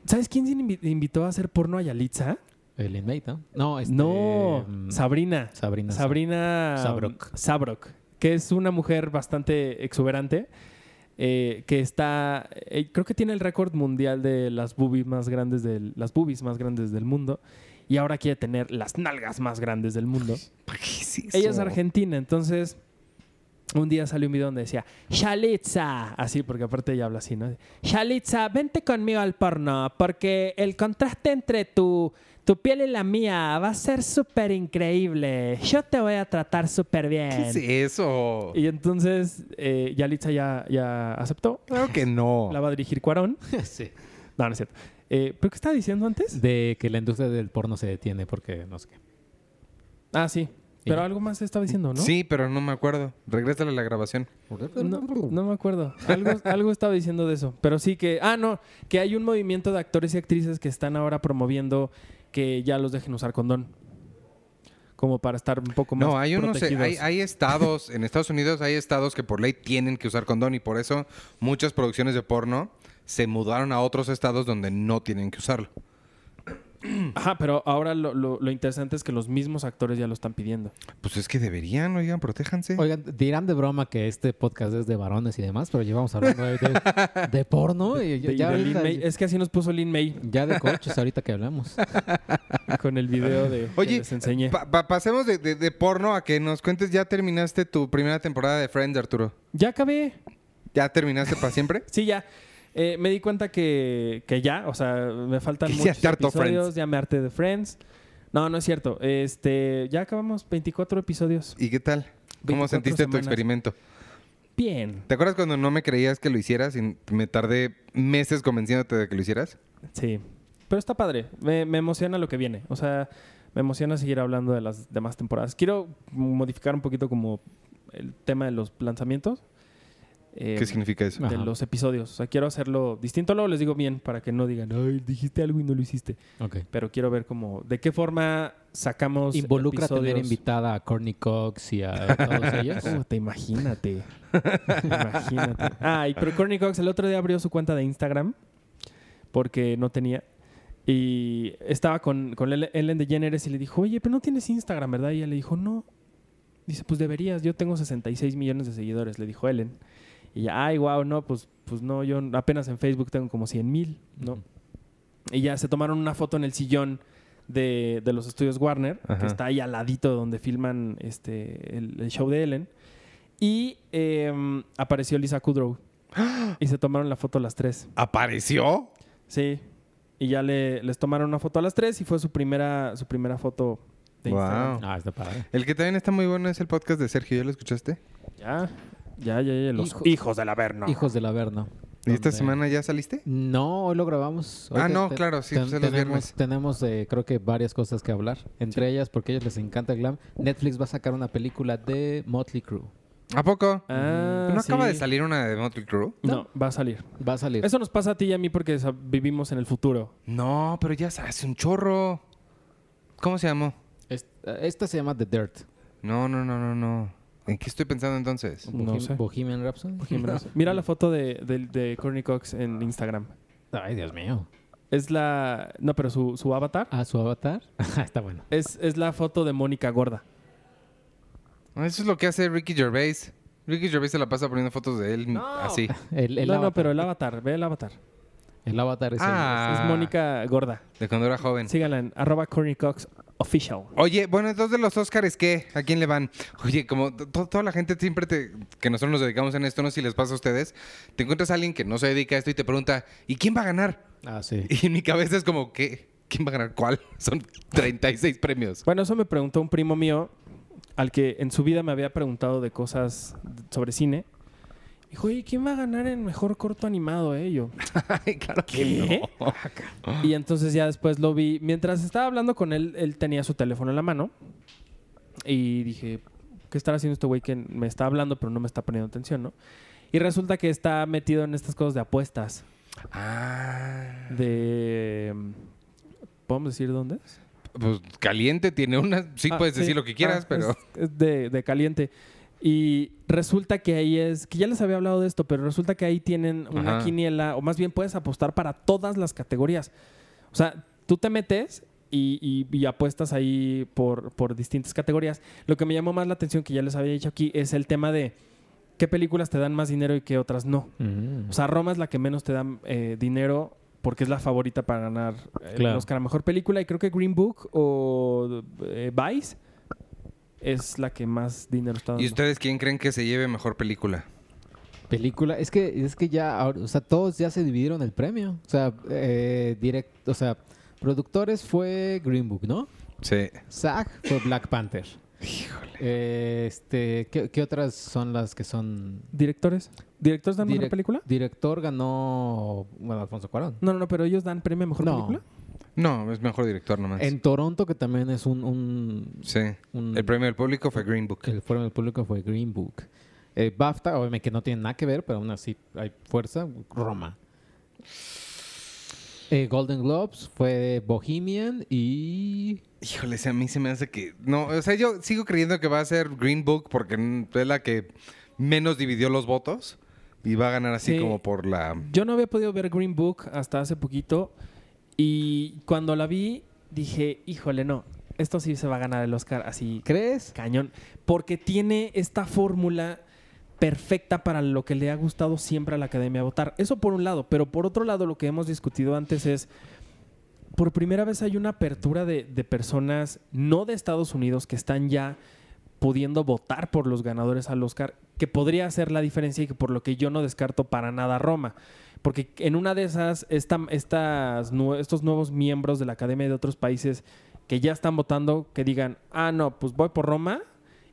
¿Sabes quién se invi- invitó a hacer porno a Yalitza? El inmate, ¿no? No, este, no, mm, Sabrina. Sabrina. Sabrina Sabrok. Sabrok, que es una mujer bastante exuberante, eh, que está, eh, creo que tiene el récord mundial de las boobies más grandes del, las boobies más grandes del mundo, y ahora quiere tener las nalgas más grandes del mundo. ¿Para qué es Ella es eso? argentina, entonces un día salió un video donde decía, Shalitza, así, porque aparte ella habla así, ¿no? Shalitza, vente conmigo al porno, porque el contraste entre tu, tu piel y la mía va a ser súper increíble. Yo te voy a tratar súper bien. ¿Qué es eso? Y entonces eh, Yalitza ya, ya aceptó. Claro que no. La va a dirigir Cuarón. sí. No, no es cierto. Eh, ¿Pero qué estaba diciendo antes? De que la industria del porno se detiene porque no sé qué. Ah, sí. Pero algo más estaba diciendo, ¿no? Sí, pero no me acuerdo. Regrésale la grabación. No, no me acuerdo. Algo, algo estaba diciendo de eso. Pero sí que. Ah, no. Que hay un movimiento de actores y actrices que están ahora promoviendo que ya los dejen usar condón. Como para estar un poco más. No, hay unos, eh, protegidos. hay, hay estados, en Estados Unidos hay estados que por ley tienen que usar condón y por eso muchas producciones de porno se mudaron a otros estados donde no tienen que usarlo. Ajá, pero ahora lo, lo- lo interesante es que los mismos actores ya lo están pidiendo. Pues es que deberían, oigan, protéjanse. Oigan, dirán de broma que este podcast es de varones y demás, pero llevamos hablando de, de- de porno y ya, De- ya de Lin ahorita- May- Es que así nos puso Lin May ya de coches ahorita que hablamos. con el video de que Oye, les enseñé. pa- pa- pasemos de, de- de porno a que nos cuentes, ya terminaste tu primera temporada de Friends, Arturo. Ya acabé. ¿Ya terminaste para siempre? Sí, ya. Eh, me di cuenta que, que ya, o sea, me faltan Que ya muchos te hartó episodios, Friends. ya me harté de Friends. No, no es cierto. Este, ya acabamos 24 episodios. ¿Y qué tal? ¿Cómo 24 sentiste tu semanas. experimento? Bien. ¿Te acuerdas cuando no me creías que lo hicieras y me tardé meses convenciéndote de que lo hicieras? Sí. Pero está padre. Me, me emociona lo que viene. O sea, me emociona seguir hablando de las demás temporadas. Quiero modificar un poquito como el tema de los lanzamientos. Eh, ¿Qué significa eso? Ah. De Ajá. los episodios. O sea, quiero hacerlo distinto. Luego les digo bien para que no digan, ay, dijiste algo y no lo hiciste. Ok. Pero quiero ver como, de qué forma sacamos Involucra tener episodios. invitada a Courtney Cox y a todos ellos. Puta, imagínate. imagínate. Ay, Ah, pero Courtney Cox el otro día abrió su cuenta de Instagram porque no tenía. Y estaba con, con Ele- Ellen DeGeneres y le dijo, oye, pero no tienes Instagram, ¿verdad? Y ella le dijo, no. Dice, pues deberías, yo tengo 66 millones de seguidores, le dijo Ellen. Y ella, ay, wow, no, pues, pues no, yo apenas en Facebook tengo como 100 mil, ¿no? Ujú. Y ya se tomaron una foto en el sillón de, de los estudios Warner, Ajá. que está ahí al ladito donde filman este, el, el show de Ellen. Y eh, apareció Lisa Kudrow. Y se tomaron la foto las tres. ¿Apareció? Sí. Y ya le, les tomaron una foto a las tres y fue su primera, su primera foto de Wow. Instagram. Ah, está padre. El que también está muy bueno es el podcast de Sergio, ¿ya lo escuchaste? Ya, ya, ya, ya, Los Hijo- hijos del averno. Hijos del Averno. ¿Y esta Donde- semana ya saliste? No, hoy lo grabamos. Hoy Ah, te- no, te- claro, sí, ten- pues es los tenemos, viernes. Tenemos, eh, creo que varias cosas que hablar. Entre ellas, porque a ellos les encanta Glam, Netflix va a sacar una película de Motley Crue. ¿A poco? Ah, ¿No sí. acaba de salir una de Motley Crue? No, va a salir. Va a salir. Eso nos pasa a ti y a mí porque sa- vivimos en el futuro. No, pero ya se hace un chorro. ¿Cómo se llamó? Est- eh, Esta se llama The Dirt. No, no, no, no, no. ¿En qué estoy pensando entonces? No Bohem- sé. Bohemian Rhapsody. Jiménez. Mira la foto de, de, de Courtney Cox en Instagram. Ay, Dios mío. Es la. No, pero su, su avatar Ah, su avatar. está bueno. es, es la foto de Mónica Gorda. Eso es lo que hace Ricky Gervais. Ricky Gervais se la pasa poniendo fotos de él No. así. El, el no, no, avatar. pero el avatar, ve el avatar. El avatar es el- Ah. Es Mónica Gorda. De cuando era joven. Síganla en arroba Courtney Cox Official. Oye, bueno, entonces de los Óscares, ¿qué? ¿A quién le van? Oye, como to- toda la gente siempre te- que nosotros nos dedicamos en esto, no sé si les pasa a ustedes, te encuentras a alguien que no se dedica a esto y te pregunta, ¿y quién va a ganar? Ah, sí. Y en mi cabeza es como, ¿qué? ¿Quién va a ganar cuál? Son 36 premios. Bueno, eso me preguntó un primo mío, al que en su vida me había preguntado de cosas sobre cine. Dijo, oye, ¿quién va a ganar en mejor corto animado, eh? Y yo, Ay, claro que ¿Qué? no. Y entonces ya después lo vi. Mientras estaba hablando con él, él tenía su teléfono en la mano. Y dije, ¿qué estará haciendo este güey que me está hablando pero no me está poniendo atención, no? Y resulta que está metido en estas cosas de apuestas. Ah, De... mm, ¿Podemos decir dónde es? pues caliente tiene una... Sí, Ah, puedes decir lo que quieras, Ah, pero... Es, es de, de caliente. Y resulta que ahí es, que ya les había hablado de esto, pero resulta que ahí tienen una Ajá. quiniela, o más bien puedes apostar para todas las categorías. O sea, tú te metes y, y- y apuestas ahí por, por distintas categorías. Lo que me llamó más la atención, que ya les había dicho aquí, es el tema de qué películas te dan más dinero y qué otras no. Mm. O sea, Roma es la que menos te da eh, dinero porque es la favorita para ganar eh, el Claro. Oscar a Mejor Película. Y creo que Green Book o eh, Vice es la que más dinero está dando. ¿Y ustedes quién creen que se lleve mejor película? Película, es que es que ya, ahor- o sea, todos ya se dividieron el premio. O sea, eh, direct- o sea, productores fue Green Book, ¿no? Sí. Zack fue Black Panther. Híjole. Eh, este, ¿qué, qué otras son las que son? ¿Directores? ¿Directores dan Direc- Mejor Película? Director ganó, bueno, Alfonso Cuarón. No, no, no, pero ellos dan premio a Mejor No. Película. No, es mejor director nomás. En Toronto, que también es un, un- Sí. un- El premio del público fue Green Book. que el premio del público fue Green Book. Eh, BAFTA, obviamente que no tiene nada que ver, pero aún así hay fuerza. Roma. Eh, Golden Globes fue Bohemian y Híjole, a mí se me hace que... No, o sea, yo sigo creyendo que va a ser Green Book porque mm, es la que menos dividió los votos y va a ganar así Sí. como por la... Yo no había podido ver Green Book hasta hace poquito. Y cuando la vi, dije, híjole, no, esto sí se va a ganar el Oscar así ¿crees? Cañón. Porque tiene esta fórmula perfecta para lo que le ha gustado siempre a la academia votar. Eso por un lado. Pero por otro lado, lo que hemos discutido antes es. Por primera vez hay una apertura de, de personas no de Estados Unidos que están ya pudiendo votar por los ganadores al Oscar, que podría hacer la diferencia y que por lo que yo no descarto para nada Roma. Porque en una de esas, esta- estas, nue- estos nuevos miembros de la Academia y de otros países que ya están votando, que digan, ah, no, pues voy por Roma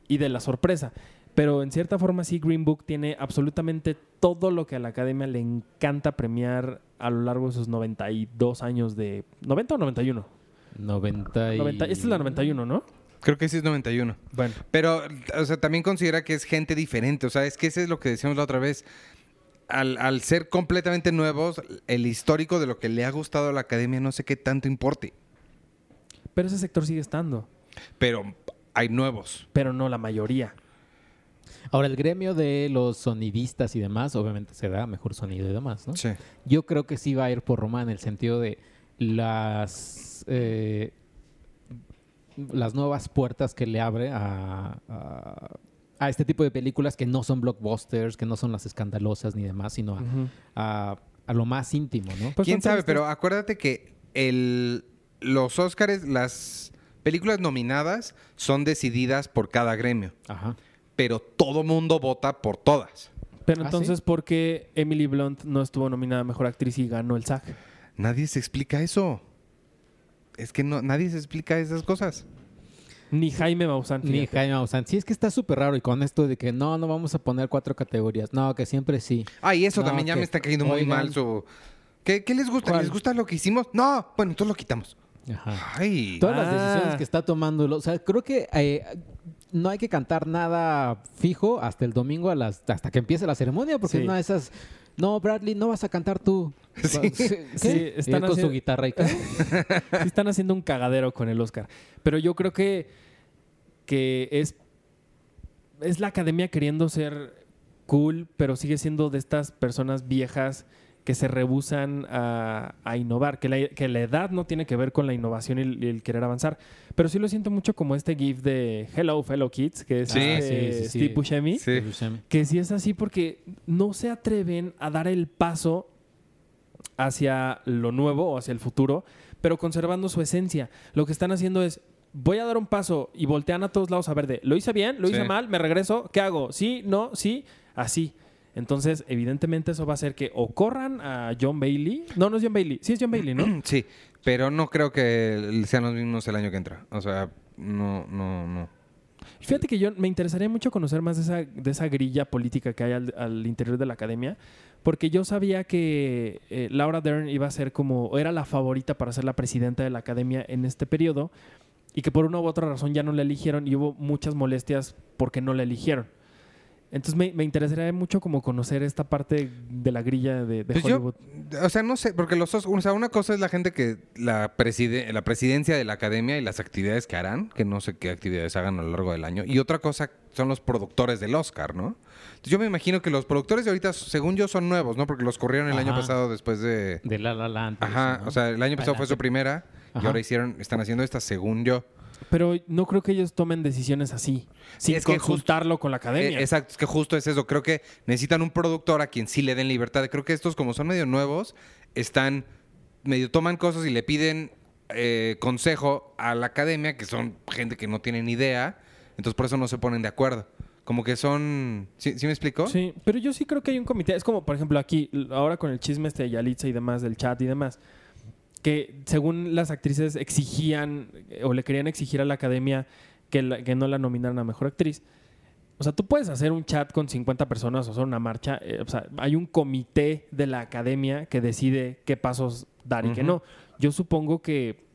y de la sorpresa. Pero en cierta forma sí, Green Book tiene absolutamente todo lo que a la Academia le encanta premiar a lo largo de sus 92 años de... ¿90 o 91? 90 y... 90 Esta es la 91, ¿no? Creo que sí es 91. Bueno. Pero, o sea, también considera que es gente diferente. O sea, es que ese es lo que decíamos la otra vez. Al, al ser completamente nuevos, el histórico de lo que le ha gustado a la academia no sé qué tanto importe. Pero ese sector sigue estando, Pero hay nuevos. pero no la mayoría. Ahora, el gremio de los sonidistas y demás, obviamente se da mejor sonido y demás, ¿no? Sí. Yo creo que sí va a ir por Roma en el sentido de las eh, las nuevas puertas que le abre a, a- a este tipo de películas que no son blockbusters, que no son las escandalosas ni demás, sino a, Ujú. a- a lo más íntimo, ¿no? Pues ¿Quién entonces, sabe? Pero acuérdate que el, los Óscares, las películas nominadas son decididas por cada gremio, Ajá. pero todo mundo vota por todas. Pero ¿Ah, entonces, ¿por qué Emily Blunt no estuvo nominada a Mejor Actriz y ganó el SAG? Nadie se explica eso. Es que no, nadie se explica esas cosas. Ni Jaime Maussan. Ni fíjate. Jaime Maussan. Sí, es que está súper raro y con esto de que no, no vamos a poner cuatro categorías. No, que siempre sí. Ah, y eso No, también ya que- me está cayendo muy oigan. mal su... ¿Qué, qué les gusta? ¿Cuál? ¿Les gusta lo que hicimos? No, bueno, entonces lo quitamos. Ajá. Ay. Todas Ah. las decisiones que está tomando. lo- O sea, creo que eh, no hay que cantar nada fijo hasta el domingo, a las, hasta que empiece la ceremonia, porque Sí. es una de esas. No, Bradley, no vas a cantar tú. Sí. ¿Qué? Sí, Y él están con haciendo- su guitarra y canta. Sí están haciendo un cagadero con el Oscar. Pero yo creo que, que es, es la academia queriendo ser cool, pero sigue siendo de estas personas viejas que se rehusan a, a innovar, que la, que la edad no tiene que ver con la innovación y el, y el querer avanzar. Pero sí lo siento mucho como este GIF de Hello Fellow Kids, que es Sí. este Ah, sí, sí, sí. Steve Buscemi Sí. Buscemi. que si es así porque no se atreven a dar el paso hacia lo nuevo o hacia el futuro, pero conservando su esencia. Lo que están haciendo es, voy a dar un paso y voltean a todos lados a ver de, ¿lo hice bien? ¿Lo hice Sí. mal? ¿Me regreso? ¿Qué hago? ¿Sí? ¿No? ¿Sí? Así. Entonces, evidentemente eso va a hacer que o corran a John Bailey. No, no es John Bailey. Sí es John Bailey, ¿no? Sí, pero no creo que sean los mismos el año que entra. O sea, no, no, no. Fíjate que yo me interesaría mucho conocer más de esa, de esa grilla política que hay al, al interior de la academia, porque yo sabía que eh, Laura Dern iba a ser como, o era la favorita para ser la presidenta de la academia en este periodo, y que por una u otra razón ya no la eligieron y hubo muchas molestias porque no la eligieron. Entonces me, me interesaría mucho como conocer esta parte de la grilla de, de Pues yo, Hollywood. o sea, no sé, porque los dos, o sea, una cosa es la gente que la preside, la presidencia de la academia y las actividades que harán, que no sé qué actividades hagan a lo largo del año, y otra cosa son los productores del Oscar, ¿no? Entonces, yo me imagino que los productores de ahorita, según yo, son nuevos, ¿no? Porque los corrieron el año Ajá. pasado después de... De La La Land. por Ajá, eso, ¿no? o sea, el año pasado fue su primera y Ajá. ahora hicieron, están haciendo esta, según yo. Pero no creo que ellos tomen decisiones así, sin Es que justo- consultarlo con la academia. Eh, exacto, es que justo es eso. Creo que necesitan un productor a quien sí le den libertad. Creo que estos, como son medio nuevos, están medio toman cosas y le piden eh, consejo a la academia, que son gente que no tienen idea. Entonces, por eso no se ponen de acuerdo. Como que son. ¿Sí, sí me explicó? Sí, pero yo sí creo que hay un comité. Es como, por ejemplo, aquí, l- ahora con el chisme este de Yalitza y demás, del chat y demás, que según las actrices exigían eh, o le querían exigir a la academia que, la- que no la nominaran a mejor actriz. O sea, tú puedes hacer un chat con 50 personas o hacer una marcha. eh, o sea, hay un comité de la academia que decide qué pasos dar y qué Ujú. no. Yo supongo que,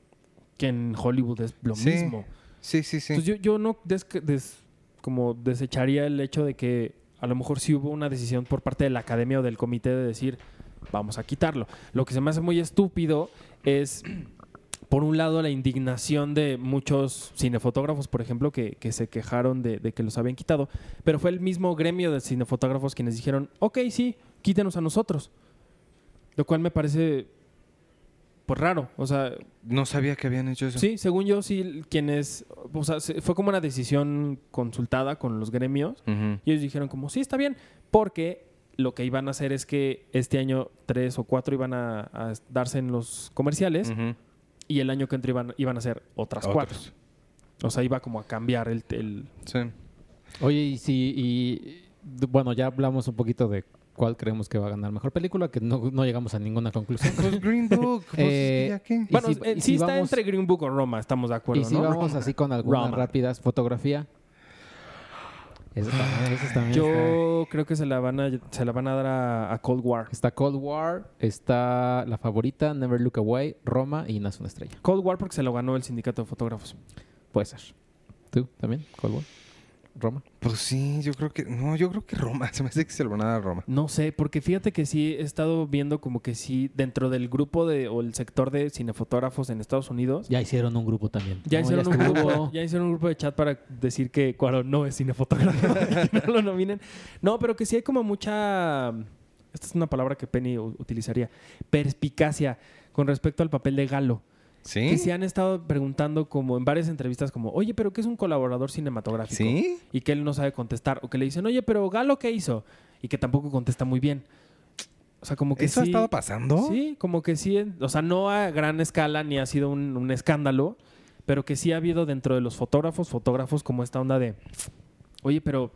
que en Hollywood es lo Sí. mismo. Sí, sí, sí. Entonces yo, yo no desca- des- como desecharía el hecho de que a lo mejor sí hubo una decisión por parte de la academia o del comité de decir, vamos a quitarlo. Lo que se me hace muy estúpido es, por un lado, la indignación de muchos cinefotógrafos, por ejemplo, que, que se quejaron de, de que los habían quitado, pero fue el mismo gremio de cinefotógrafos quienes dijeron, ok, sí, quítenos a nosotros. Lo cual me parece, pues, raro. O sea, No sabía que habían hecho eso. Sí, según yo, sí, quienes. O sea, se- fue como una decisión consultada con los gremios. Ujú. Y ellos dijeron, como, sí, está bien, porque lo que iban a hacer es que este año tres o cuatro iban a, a darse en los comerciales Ujú. y el año que entra iban, iban a hacer otras Otros. cuatro. O sea, iba como a cambiar el. el- Sí. Oye, y si. Y, d- bueno, ya hablamos un poquito de cuál creemos que va a ganar mejor película, que no, no llegamos a ninguna conclusión. Pues Green Book, pues, Eh, ¿ya qué? Y Bueno, si- eh, y sí si está vamos- entre Green Book o Roma, estamos de acuerdo, y si ¿no? vamos así con algunas Roma. rápidas, fotografía. Eso también, eso también está- Yo creo que se la van a, se la van a dar a, a Cold War. Está Cold War, está la favorita, Never Look Away, Roma y Nace una estrella. Cold War porque se lo ganó el sindicato de fotógrafos. Puede ser. ¿Tú también? Cold War. Roma. Pues sí, yo creo que. No, yo creo que Roma. Se me hace que se lo van a dar a Roma. No sé, porque fíjate que sí he estado viendo como que sí, dentro del grupo de, o el sector de cinefotógrafos en Estados Unidos, ya, Ya hicieron un grupo también. No, hicieron, un estuvo. grupo, ya hicieron un grupo de chat para decir que Cuarón no es cinefotógrafo, que no lo nominen. No, pero que sí hay como mucha, esta es una palabra que Penny u- utilizaría, perspicacia con respecto al papel de Galo. ¿Sí? Que se han estado preguntando como en varias entrevistas como, oye, pero ¿qué es un colaborador cinematográfico? ¿Sí? y que él no sabe contestar o que le dicen, oye, pero Galo, ¿qué hizo? Y que tampoco contesta muy bien. O sea, como que ¿Eso ha sí- estado pasando? Sí, como que sí, en- o sea, no a gran escala ni ha sido un, un escándalo, pero que sí ha habido dentro de los fotógrafos, fotógrafos como esta onda de, oye, pero,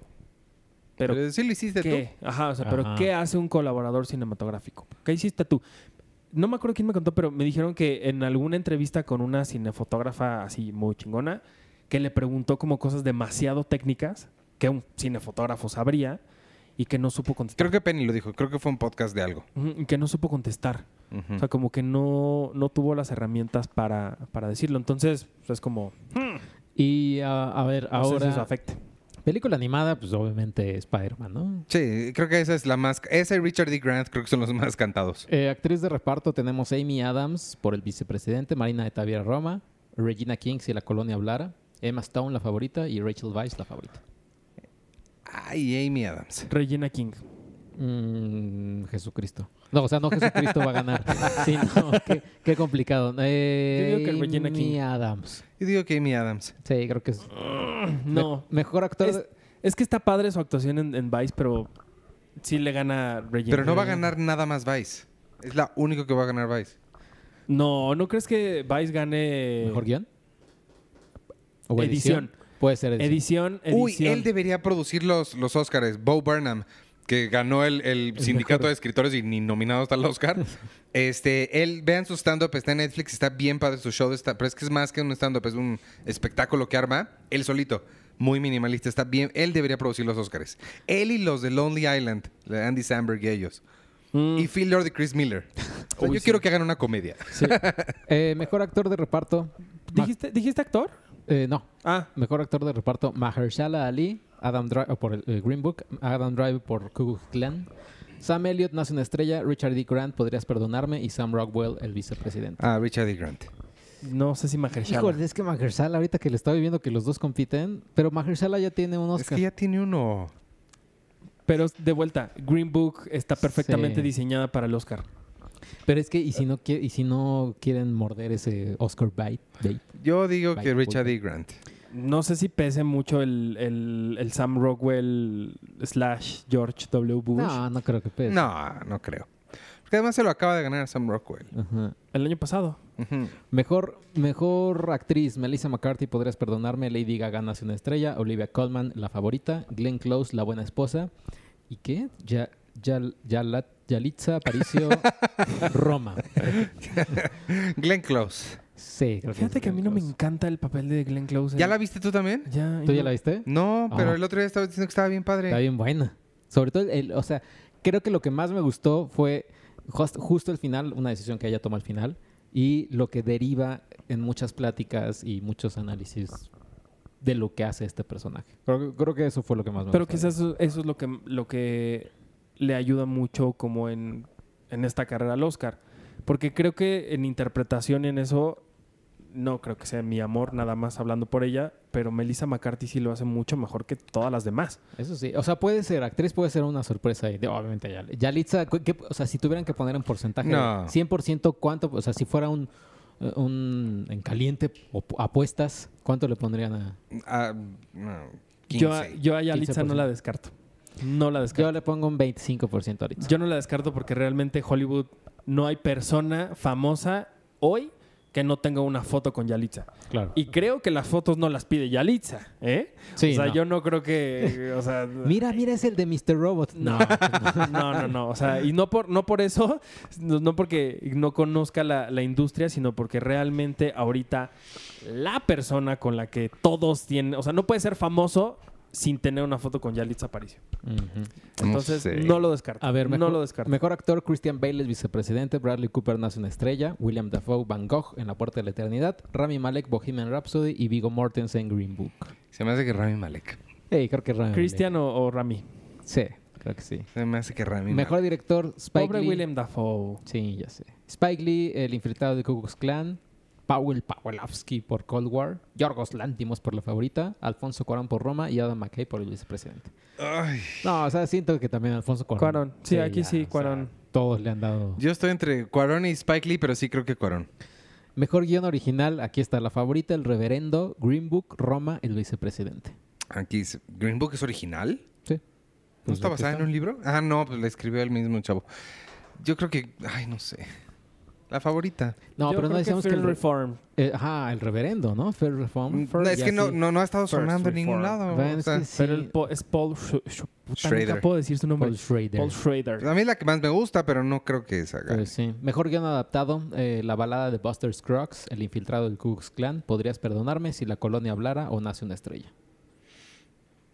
pero, sí lo hiciste tú. ¿qué? Ajá, o sea, pero Ajá. ¿qué hace un colaborador cinematográfico? ¿Qué hiciste tú? No me acuerdo quién me contó, pero me dijeron que en alguna entrevista con una cinefotógrafa así muy chingona, que le preguntó como cosas demasiado técnicas que un cinefotógrafo sabría y que no supo contestar. Creo que Penny lo dijo, creo que Mm. fue un podcast de algo. Ujú, y que no supo contestar. Ujú. O sea, como que no, no tuvo las herramientas para, para decirlo. Entonces, pues, es como, Y ah, a ver, no sé si ahora. eso afecte. película animada, pues obviamente Spider-Man, ¿no? Sí, creo que esa es la más... Esa y Richard D. Grant creo que son los más cantados. Eh, actriz de reparto tenemos Amy Adams por el vicepresidente, Marina de Tavira Roma, Regina King si la colonia hablara, Emma Stone la favorita y Rachel Weisz la favorita. Ay, Amy Adams. Regina King. Mm, Jesucristo. No, o sea, no Jesucristo va a ganar. Sí, no, qué, qué complicado. Eh, Yo digo que Regina Amy King. Adams. Yo digo que Amy Adams. Sí, creo que es No. me- mejor actor. Es, de- es que está padre su actuación en, en Vice, pero sí le gana Regina. Pero no va a ganar nada más Vice. Es la única que va a ganar Vice. No, ¿no crees que Vice gane ¿Mejor guión? edición. Puede ser edición. edición, edición? Uy, él debería producir los, los Oscars. Bo Burnham, que ganó el, el sindicato de escritores y ni nominado está al Oscar. este, él, vean su stand-up, está en Netflix, está bien padre su show, está, pero es que es más que un stand-up, es un espectáculo que arma él solito. Muy minimalista, está bien. Él debería producir los Oscars. Él y los de Lonely Island, de Andy Samberg y ellos. Mm, Y Phil Lord y Chris Miller. O sea, Uy, yo sí. quiero que hagan una comedia. sí. Eh, mejor actor de reparto. Ma- ¿Dijiste, ¿Dijiste actor? eh, no, Ah, mejor actor de reparto. Mahershala Ali, Adam Driver por el, eh, Green Book, Adam Driver por Ku Klux Klan, Sam Elliott nace una estrella, Richard D. Grant, podrías perdonarme y Sam Rockwell, el vicepresidente. Ah, Richard E. Grant. no sé si Mahershala. Híjole, es que Mahershala ahorita que le estaba viendo que los dos compiten, pero Mahershala ya tiene un Es que Oscar. ya tiene uno. Pero de vuelta, Green Book está perfectamente Sí. diseñada para el Oscar. Pero es que y si no qui- y si no quieren morder ese Oscar bite, bait? Yo digo Vaya, que Richard voy. E. Grant. No sé si pese mucho el, el- el Sam Rockwell slash George W. Bush. No, no creo que pese. No, no creo. Porque además se lo acaba de ganar Sam Rockwell. Ajá. El año pasado. Ujú. Mejor, mejor actriz, Melissa McCarthy, podrías perdonarme, Lady Gaga nace una estrella, Olivia Colman, la favorita, Glenn Close, la buena esposa, ¿y qué? Ya, ya, Yala- Yalitza Aparicio, Roma. Glenn Close. Sí, creo Fíjate es que a mí Glenn no me Close. encanta el papel de Glenn Close. eh. ¿Ya la viste tú también? Ya, ¿Tú y ya no- la viste? No, pero Ah. el otro día estaba diciendo que estaba bien padre. Está bien buena. Sobre todo, el, o sea, creo que lo que más me gustó fue just- justo el final, una decisión que ella toma al final, y lo que deriva en muchas pláticas y muchos análisis de lo que hace este personaje. Creo, creo que eso fue lo que más me Pero gustó. quizás eso, eso es lo que, lo que le ayuda mucho como en, en esta carrera al Oscar. Porque creo que en interpretación y en eso, no creo que sea mi amor, nada más hablando por ella, pero Melissa McCarthy sí lo hace mucho mejor que todas las demás. Eso sí. O sea, puede ser, actriz puede ser una sorpresa. Y de- obviamente, ya, Yalitza, cu- ¿qué- o sea, si tuvieran que poner en porcentaje, No. 100%, ¿cuánto? O sea, si fuera un, un en caliente o apuestas, ¿cuánto le pondrían a...? Ah, no, Yo, a- 15. yo a Yalitza 15%. no la descarto. No la descarto. Yo le pongo un 25% ahorita. Yo no la descarto porque realmente Hollywood no hay persona famosa hoy que no tenga una foto con Yalitza. claro. Y creo que las fotos no las pide Yalitza, ¿eh? Sí, o sea, no. yo no creo que, o sea, Mira, mira, es el de Mr. Robot. no, no, no, no, o sea, y no por, no por eso, no no porque no conozca la, la industria, sino porque realmente ahorita la persona con la que todos tienen, o sea, no puede ser famoso sin tener una foto con Yalitza Aparicio. Ujú. No Entonces, no, sé. lo descarto. A ver, mejor, no lo descarto. mejor actor, Christian Bale es vicepresidente, Bradley Cooper nace una estrella, William Dafoe, Van Gogh en La Puerta de la Eternidad, Rami Malek, Bohemian Rhapsody y Vigo Mortensen, Green Book. Se me hace que Rami Malek. Ey, creo que Rami Malek. Cristian o, o Rami. Sí, creo que sí. Se me hace que Rami Mejor Malek. director, Spike Pobre Lee. William Dafoe. Sí, ya sé. Spike Lee, el infiltrado de Ku Klux Klan. Powell Powelowski por Cold War. Yorgos Lantimos por la favorita. Alfonso Cuarón por Roma. Y Adam McKay por el vicepresidente. Ay, No, o sea, siento que también Alfonso Cuarón. Cuarón. Sí, aquí sí, Cuarón. todos le han dado. yo estoy entre Cuarón y Spike Lee, pero sí creo que Cuarón. Mejor guión original, aquí está la favorita, El Reverendo, Green Book, Roma, El Vicepresidente. Aquí dice, ¿Green Book es original? Sí. ¿No Pues está lo que basada en está. un libro? Ah, no, pues la escribió el mismo chavo. Yo creo que, ay, no sé. La favorita. No, Yo pero no creo decíamos que... Fear el, re- Reform. eh, ajá, El Reverendo, ¿no? Fair Reform. No, Mm, es ya que no, sí. no, no ha estado First sonando en ningún Reform. lado. Bueno, o es sea, que sí. Pero el po- es Paul Sch- Sch- puta, Schrader. Nunca puedo decir su nombre. Paul Schrader. Paul Schrader. a mí es la que más me gusta, pero no creo que es haga. Pues sí. Mejor guión adaptado, eh, La balada de Buster Scruggs, El infiltrado del Ku Klux Klan, Podrías perdonarme si la colonia hablara o nace una estrella.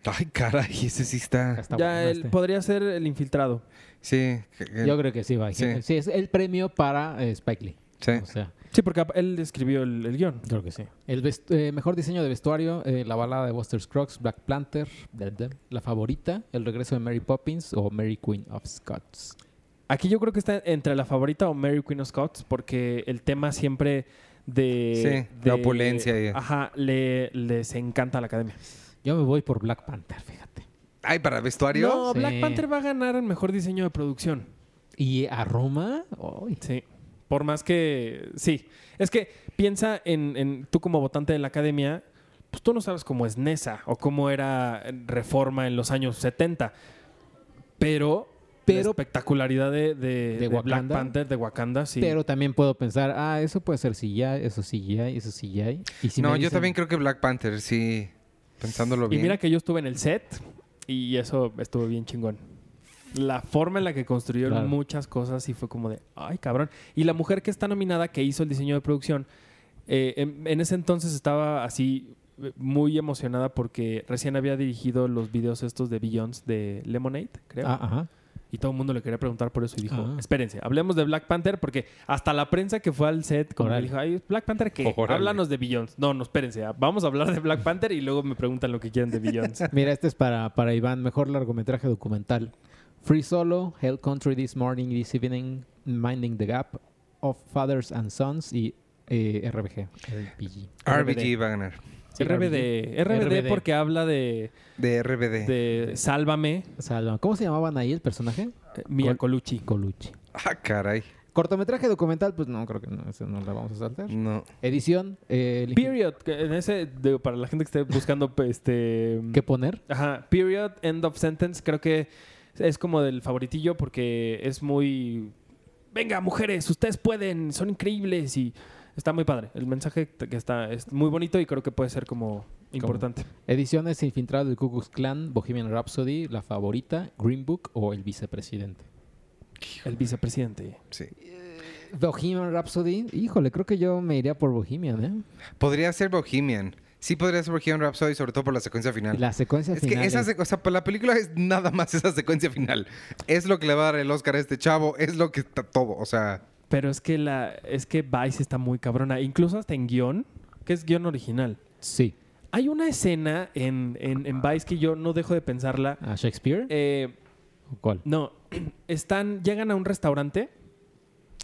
Ay, caray, ese sí está. Está bueno, ya él este. podría ser el infiltrado. Sí. que- que- Yo creo que sí, va. Sí. Sí. es el premio para eh, Spike Lee. sí. O sea, Sí, porque él escribió el, el guión. creo que sí. El vest- eh, mejor diseño de vestuario, eh, La balada de Buster Scruggs, Black Panther, bla, bla, La favorita, El regreso de Mary Poppins o Mary Queen of Scots. Aquí yo creo que está entre la favorita o Mary Queen of Scots, porque el tema siempre de. Sí, la opulencia y- Ajá, le, les encanta a la academia. Yo me voy por Black Panther, fíjate. Ay, para vestuario. No, Sí. Black Panther va a ganar el mejor diseño de producción. ¿Y a Roma? Ay. Sí. Por más que. Sí. Es que piensa en, en tú como votante de la academia, pues tú no sabes cómo es NESA o cómo era Reforma en los años 70. Pero la Pero, espectacularidad de, de- de Black Wakanda. Panther, de Wakanda, sí. pero también puedo pensar, ah, eso puede ser CGI, eso CGI, eso CGI. Y si no, yo me dicen- también creo que Black Panther, sí. Pensándolo y bien. mira que yo estuve en el set y eso estuvo bien chingón. La forma en la que construyeron Claro. muchas cosas y fue como de, ay, cabrón. Y la mujer que está nominada, que hizo el diseño de producción, eh, en, en ese entonces estaba así eh, muy emocionada porque recién había dirigido los videos estos de Billions de Lemonade, creo. Ah, ajá. Y todo el mundo le quería preguntar por eso y dijo, Ah. espérense, hablemos de Black Panther porque hasta la prensa que fue al set como que Órale. dijo, ay, Black Panther qué? Órale. Háblanos de Billions. No, no, espérense, ah, vamos a hablar de Black Panther y luego me preguntan lo que quieran de Billions. Mira, este es para, para Iván, mejor largometraje documental. Free Solo, Hell Country This Morning, This Evening, Minding the Gap, Of Fathers and Sons y eh, RBG. RPG. RBG va a ganar. Sí, RBD, RBD RBD. porque habla de, De RBD. Eh. de Sálvame, Salva. ¿Cómo se llamaban ahí el personaje? eh, Mia Col- Colucci. Colucci. Ah, caray. Cortometraje documental, pues no, creo que no, ese no la vamos a saltar. No. Edición, eh, el- Period, que en ese, digo, para la gente que esté buscando, pues, este... ¿qué poner? Ajá, period, end of sentence, creo que es como del favoritillo porque es muy... Venga, mujeres, ustedes pueden, son increíbles y está muy padre. El mensaje que está es muy bonito y creo que puede ser como importante. Ediciones Infiltrado del Ku Klux Klan, Bohemian Rhapsody, La Favorita, Green Book o El Vicepresidente. El vicepresidente. Sí. Bohemian Rhapsody, híjole, creo que yo me iría por Bohemian, ¿eh? Podría ser Bohemian. Sí podría ser Bohemian Rhapsody, sobre todo por la secuencia final. La secuencia es final. que esa es- sec- o sea, pa- la película es nada más esa secuencia final. Es lo que le va a dar el Oscar a este chavo, es lo que está todo. O sea, Pero es que la es que Vice está muy cabrona, incluso hasta en guión, que es guión original. Sí. Hay una escena en, en, en Vice que yo no dejo de pensarla. ¿A Shakespeare? Eh, ¿Cuál? No, están, llegan a un restaurante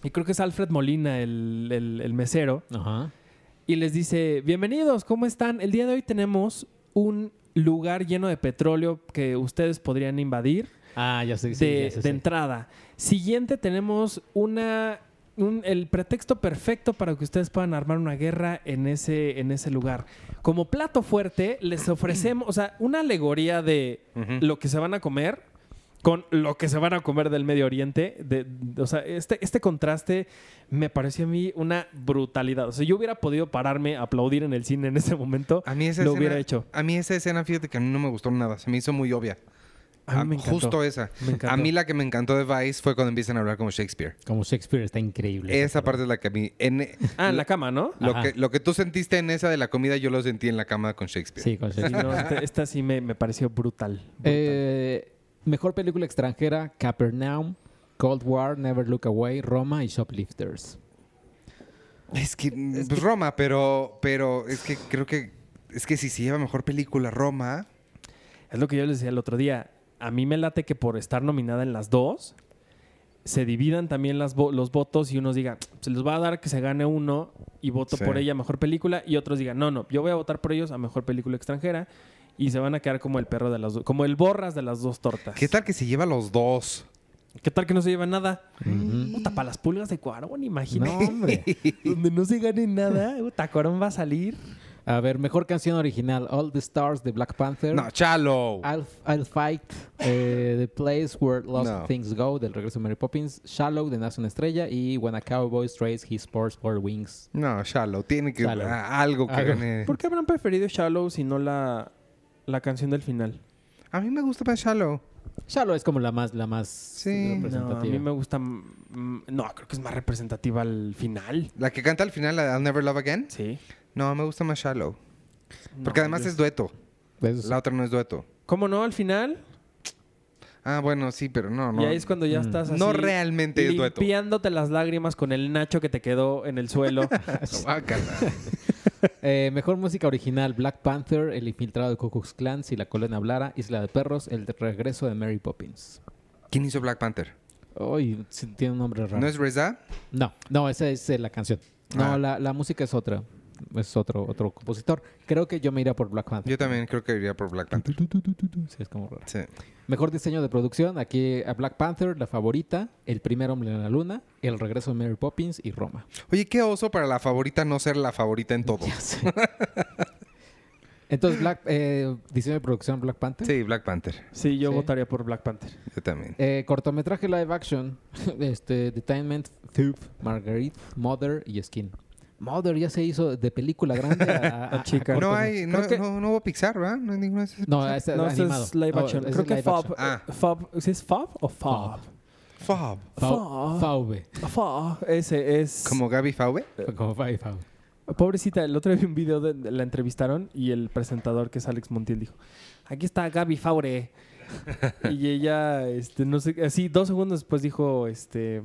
y creo que es Alfred Molina, el, el- el mesero, Ajá. y les dice, bienvenidos, ¿cómo están? El día de hoy tenemos un lugar lleno de petróleo que ustedes podrían invadir Ah, ya sé. sí, de, ya sé, de sí. entrada. Siguiente tenemos una... un- el pretexto perfecto para que ustedes puedan armar una guerra en ese, en ese lugar. Como plato fuerte, les ofrecemos, o sea, una alegoría de Ujú. lo que se van a comer con lo que se van a comer del Medio Oriente. de- de- o sea, este, este contraste me pareció a mí una brutalidad. O sea, yo hubiera podido pararme a aplaudir en el cine en ese momento. a mí esa lo escena, hubiera hecho. A mí esa escena, fíjate que a mí no me gustó nada, se me hizo muy obvia. A Ah, mí me encantó. Justo esa. Me encantó. A mí la que me encantó de Vice fue cuando empiezan a hablar como Shakespeare. Como Shakespeare está increíble. Esa parte es la que a mí... en- e, Ah, en la cama, ¿no? lo, Ajá. que, lo que tú sentiste en esa de la comida, yo lo sentí en la cama con Shakespeare. Sí, con Sí, Shakespeare. no, esta, esta sí me, me pareció brutal. brutal. Eh, mejor película extranjera, Capernaum, Cold War, Never Look Away, Roma y Shoplifters. Es que, pues Roma, pero, pero es que creo que, es que si se lleva mejor película Roma, Es lo que yo les decía el otro día. A mí me late que por estar nominada en las dos, se dividan también las vo- los votos y unos digan, se les va a dar que se gane uno y voto Sí. por ella a mejor película. Y otros digan, no, no, yo voy a votar por ellos a mejor película extranjera. Y se van a quedar como el perro de las dos, como el borras de las dos tortas. ¿qué tal que se lleva los dos? ¿Qué tal que no se lleva nada? Ujú. Puta, para las pulgas de Cuarón, No, imagínate. hombre. Donde no se gane nada, puta, Cuarón va a salir. A ver, mejor canción original, All the Stars de Black Panther. No, chalo. I'll, I'll Fight, eh, The Place Where Lost No. Things Go, del regreso de Mary Poppins, Shallow, de Nace una Estrella, y When a Cowboy Strays His Sports for Wings. No, Shallow. Tiene que Shallow. a- algo que Algo. gane. ¿Por qué habrán preferido Shallow si no la, la canción del final? A mí me gusta más Shallow. Shallow es como la más, la más Sí. No, a representativa. mí me gusta. mm, No, creo que es más representativa al final. La que canta al final, la de I'll Never Love Again. Sí. No, me gusta más Shallow. Porque No, además yo- es dueto. Eso sí. La otra no es dueto. ¿Cómo no? Al final. Ah, bueno, sí, pero no, no. Y ahí es cuando ya Mm. estás así. No realmente es dueto. Limpiándote las lágrimas con el nacho que te quedó en el suelo. Guácala. Eh, mejor música original, Black Panther, El infiltrado de Ku Klux Klan, Si la colena hablara, Isla de Perros, El regreso de Mary Poppins. ¿Quién hizo Black Panther? Uy, sí, tiene un nombre raro. ¿No es Reza? No, no, esa es eh, la canción. No, Ah. la, la música es otra. Es otro, otro compositor. Creo que yo me iría por Black Panther. Yo también creo que iría por Black Panther. Tu, tu, tu, tu, tu. Sí, es como raro. Sí. Mejor diseño de producción, aquí a Black Panther, La Favorita, El primer hombre en la luna, El regreso de Mary Poppins y Roma. Oye, qué oso para la favorita no ser la favorita en todo. Ya sé. Entonces, Black, eh, diseño de producción Black Panther. Sí, Black Panther. Sí, yo Sí. votaría por Black Panther. Yo también. Eh, cortometraje live action, este, Detainment, Thief, Marguerite, Mother y Skin. Mother ya se hizo de película grande a, a- A chica. a corto. no hay, no, Creo que- no, no hubo Pixar, ¿verdad? No hay ninguna de esas. No, es No, esto animado. es live No, action. ese es Creo que live Fob. action. action. eh, Fob- ¿Sí es Fob o Fob? Fab. Fau- Fau- Faube. Fob. Ese es. Como Gaby Faube. Como Faube, Faube. Pobrecita, el otro día vi un video de la entrevistaron y el presentador que es Alex Montiel dijo: Aquí está Gaby Faure. y ella, este, no sé, así dos segundos después dijo, este,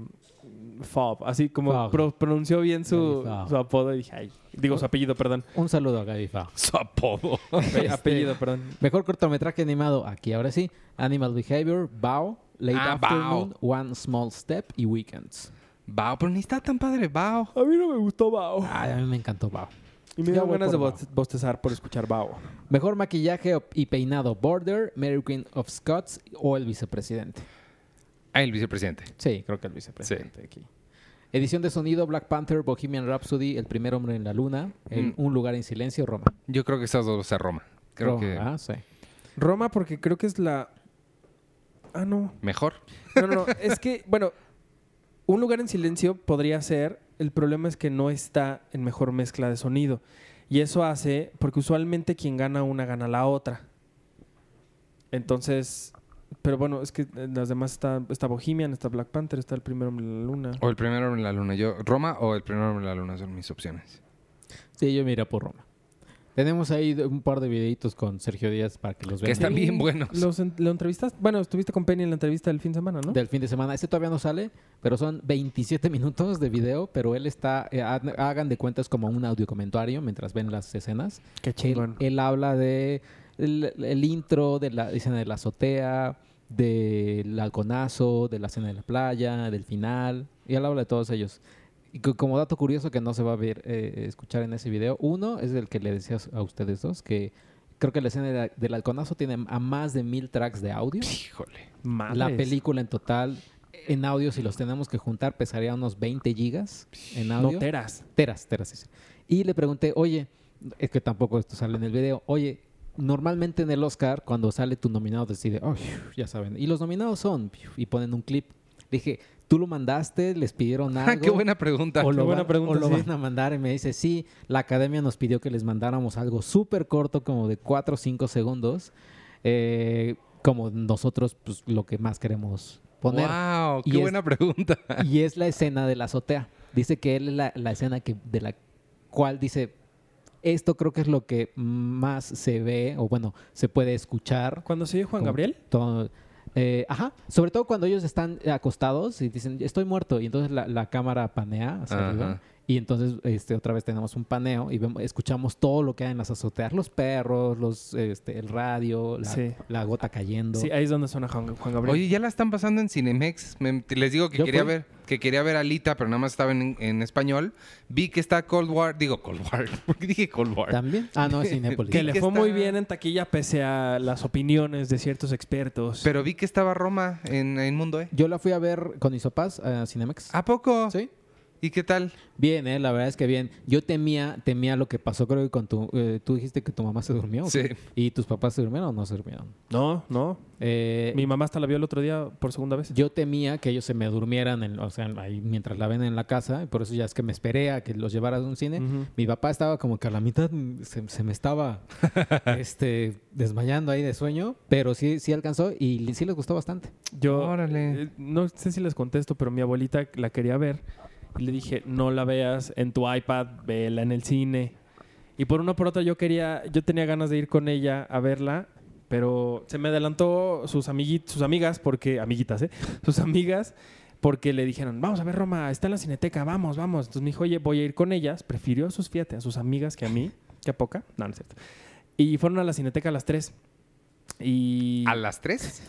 Fob, así como Fob. pro- pronunció bien su, Gaby Fob. su apodo y dije, ay, digo su apellido, perdón. Un saludo a Gaby Faube. Su apodo. Ape- Este- apellido, perdón. Mejor cortometraje animado, aquí ahora sí. Animal Behavior, Bao, Late Ah, Afternoon, One Small Step y Weekends. Bao, pero ni está tan padre, Bao. A mí no me gustó Bao. Ay, a mí me encantó Bao. Y me Yo dio voy ganas de por Bao. bo- bostezar por escuchar Bao. Mejor maquillaje o- y peinado, Border, Mary Queen of Scots o el vicepresidente. Ah, el vicepresidente. Sí, creo que el vicepresidente aquí. Edición de sonido, Black Panther, Bohemian Rhapsody, El primer hombre en la luna, El- Mm. Un lugar en silencio, Roma. Yo creo que esas dos a Roma. Creo Roma, que ah, sí. Roma, porque creo que es la. Ah, no. mejor. No, no, no. es que, bueno, un lugar en silencio podría ser. El problema es que no está en mejor mezcla de sonido. Y eso hace, porque usualmente quien gana una gana la otra. Entonces, pero bueno, es que en las demás está, está Bohemian, está Black Panther, está el primer hombre de la luna. O el primer hombre en la luna. Yo, Roma o el primer hombre en la luna son mis opciones. Sí, yo me iría por Roma. Tenemos ahí de- un par de videitos con Sergio Díaz para que los vean. Que están bien buenos. Los en- ¿Lo entrevistas? Bueno, estuviste con Penny en la entrevista del fin de semana, ¿no? Del fin de semana. Este todavía no sale, pero son 27 minutos de video, pero él está, eh, ha- hagan de cuentas como un audio comentario mientras ven las escenas. Qué Él, él habla de el, el intro de la escena de la azotea, del halconazo, de la escena de la playa, del final. Y él habla de todos ellos. Y co- como dato curioso que no se va a ver, eh, escuchar en ese video, uno es el que le decía a ustedes dos, que creo que la escena de la- del halconazo tiene a más de mil tracks de audio. Híjole. La película en total, en audio, si los tenemos que juntar, pesaría unos 20 gigas en audio. Noteras. Teras, teras, sí, sí. Y le pregunté, oye, es que tampoco esto sale en el video, oye, normalmente en el Oscar, cuando sale tu nominado, decide, "Ay, ya saben, y los nominados son, y ponen un clip. Le dije, ¿tú lo mandaste? ¿Les pidieron Ah, algo? qué buena pregunta. O qué lo, buena van, pregunta, o lo sí. van a mandar y me dice, sí, la academia nos pidió que les mandáramos algo súper corto, como de 4 o 5 segundos, eh, como nosotros pues, lo que más queremos poner. Wow, Y qué es- buena pregunta. Y es la escena de la azotea. Dice que él es la, la escena que, de la cual dice, esto creo que es lo que más se ve, o bueno, se puede escuchar. Cuando se oye Juan Como Gabriel, todo- eh, ajá, sobre todo cuando ellos están eh, acostados y dicen, estoy muerto, y entonces la, la cámara panea hacia Ajá. arriba. Y entonces este, otra vez tenemos un paneo y vemos, escuchamos todo lo que hay en las azoteas, los perros, los, este, el radio, la, Sí. la gota cayendo. sí, ahí es donde suena Juan, Juan Gabriel. Oye, ya la están pasando en Cinemex. Me- te- les digo que Yo quería fui. ver que quería ver Alita, pero nada más estaba en, en español. Vi que está Cold War, digo Cold War, porque dije Cold War. También. Ah, no, es Cinépolis. que le que fue está- muy bien en taquilla pese a las opiniones de ciertos expertos. Pero vi que estaba Roma en, en Mundo, ¿eh? Yo la fui a ver con Isopaz a Cinemex. ¿A poco? Sí. ¿Y qué tal? Bien, eh, la verdad es que bien. Yo temía, temía lo que pasó, creo que con tu, eh, tú dijiste que tu mamá se durmió. ¿o Sí. qué? ¿Y tus papás se durmieron o no se durmieron? no, no. Eh, Mi mamá hasta la vio el otro día por segunda vez. yo temía que ellos se me durmieran, en- o sea, ahí mientras la ven en la casa, y por eso ya es que me esperé a que los llevaras a un cine. Ujú. Mi papá estaba como que a la mitad mm, se, se me estaba este, desmayando ahí de sueño, pero sí, sí alcanzó y li- sí les gustó bastante. Yo Órale. eh, no sé si les contesto, pero mi abuelita la quería ver y le dije, "No la veas en tu iPad, vela en el cine." Y por una por otra yo quería yo tenía ganas de ir con ella a verla, pero se me adelantó sus amigui- sus amigas porque amiguitas, ¿eh? Sus amigas porque le dijeron, "Vamos a ver Roma, está en la Cineteca, vamos, vamos." Entonces me dijo, "Oye, voy a ir con ellas." Prefirió a sus fíjate, a sus amigas que a mí, que a poca. No, no es cierto. Y fueron a la Cineteca a las 3. Y ¿A las tres?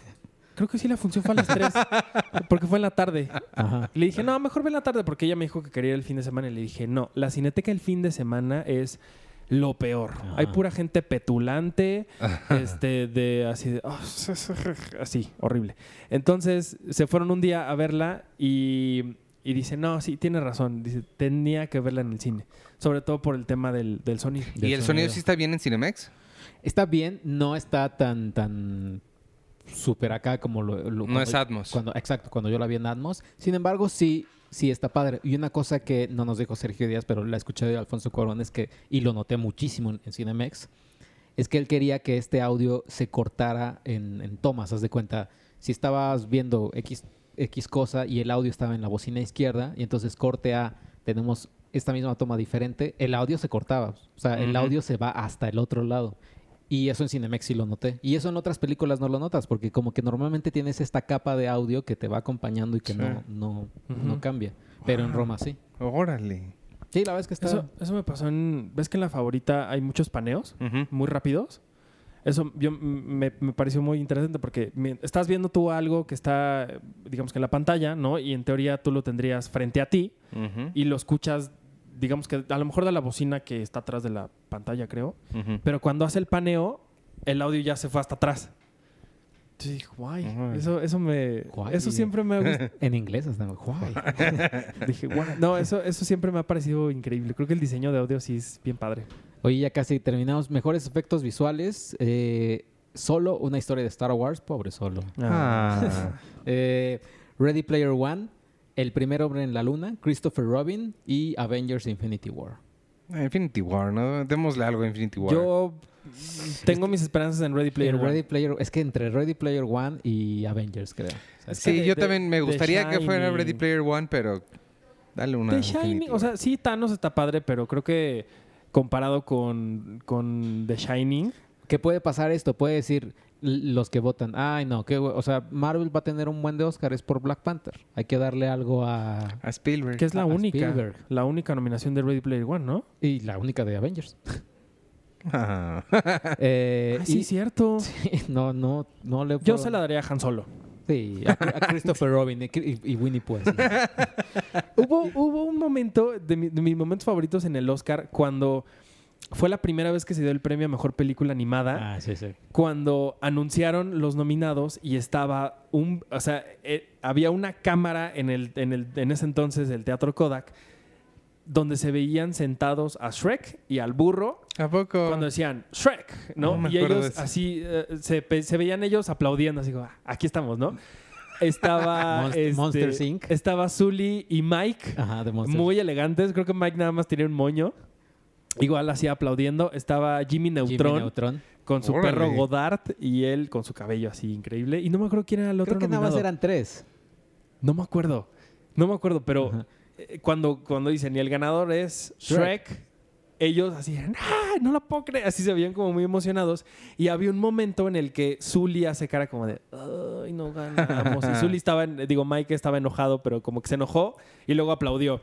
Creo que sí la función fue a las 3, porque fue en la tarde. Ajá. Le dije, no, mejor ve en la tarde, porque ella me dijo que quería ir el fin de semana. Y le dije, no, la cineteca el fin de semana es lo peor. Ajá. Hay pura gente petulante, este, de así, de, "Ah, así, horrible. Entonces se fueron un día a verla y, y dice, no, sí, tiene razón. Dice, tenía que verla en el cine, sobre todo por el tema del, del sonido. ¿Y el sonido sí está bien en Cinemex? Está bien, no está tan, tan súper acá como lo... lo- No cuando- es Atmos. Cuando, exacto, cuando yo la vi en Atmos. Sin embargo, sí, sí está padre. Y una cosa que no nos dijo Sergio Díaz, pero la escuché de Alfonso Cuarón, es que, y lo noté muchísimo en, en Cinemex, es que él quería que este audio se cortara en, en tomas, haz de cuenta. Si estabas viendo X, X cosa y el audio estaba en la bocina izquierda, y entonces corte a, tenemos esta misma toma diferente, el audio se cortaba. O sea, el Ujú. audio se va hasta el otro lado. Y eso en Cinemex sí lo noté. Y eso en otras películas no lo notas, porque como que normalmente tienes esta capa de audio que te va acompañando y que Sí. no, no, no Ujú. cambia. Pero en Roma sí. Órale. Sí, la verdad es que está... Eso, eso me pasó en... ¿Ves que en la favorita hay muchos paneos? Ujú. muy rápidos. Eso yo, me, me pareció muy interesante porque mi- estás viendo tú algo que está, eh, digamos que en la pantalla, ¿no? Y en teoría tú lo tendrías frente a ti Ujú. y lo escuchas, digamos que a lo mejor de la bocina que está atrás de la pantalla, creo. Ujú. Pero cuando hace el paneo, el audio ya se fue hasta atrás. Entonces dije, guay. Ujú. Eso, eso me. Guay. Eso siempre me ha gust- En inglés hasta... ¡Guay! Dije, guay. No, eso, eso siempre me ha parecido increíble. Creo que el diseño de audio sí es bien padre. Oye, ya casi terminamos. Mejores efectos visuales. eh, solo una historia de Star Wars. Pobre solo. Ah. Eh, Ready Player One. El primer hombre en la luna. Christopher Robin. Y Avengers Infinity War. Infinity War, ¿no? Démosle algo a Infinity War. Yo mm, tengo mis esperanzas en Ready Player En One. Ready Player- es que entre Ready Player One y Avengers, creo. O sea, Es sí, que de- yo de- también me de gustaría que fuera Shining. Ready Player One, pero dale una. The Infinity Shining, o War. sea, sí, Thanos está padre, pero creo que comparado con, con The Shining, ¿Qué puede pasar esto? Puede decir l- los que votan, ay no, que, o sea, Marvel va a tener un buen de Oscar, es por Black Panther. Hay que darle algo a... a Spielberg. que es la A- a única, Spielberg. la única nominación de Ready Player One, ¿no? Y la única de Avengers. Ah. Eh, Ah, sí, y- cierto. sí, No, no, no le Yo puedo- se la daría a Han Solo. Sí, a, a Christopher Robin y, y- y Winnie Pooh. así. hubo, hubo un momento, de, mi- de mis momentos favoritos en el Oscar, cuando fue la primera vez que se dio el premio a Mejor Película Animada. Ah, sí, sí. cuando anunciaron los nominados y estaba un, o sea, eh, había una cámara en el, en el, en ese entonces del Teatro Kodak donde se veían sentados a Shrek y al burro ¿A poco? cuando decían Shrek, ¿no? No me y acuerdo ellos de eso. así eh, se, pe- se veían ellos aplaudiendo así como, "Ah, aquí estamos, ¿no? Estaba Monst- este, Monsters, Inc. Ah, Estaba Zully y Mike Ajá, de Monsters. muy elegantes, creo que Mike nada más tenía un moño. Igual así aplaudiendo, estaba Jimmy Neutron. con su Órale. perro Godard y él con su cabello así increíble. Y no me acuerdo quién era el otro Creo que nada nominado. más eran tres. No me acuerdo. No me acuerdo, pero Ajá. eh, cuando, cuando dicen, y el ganador es Shrek, Shrek". ellos así, ¡ah! No lo puedo creer. Así se veían como muy emocionados. Y había un momento en el que Zully hace cara como de, ¡ay, no ganamos! Y Zully estaba, en- digo, Mike estaba enojado, pero como que se enojó y luego aplaudió.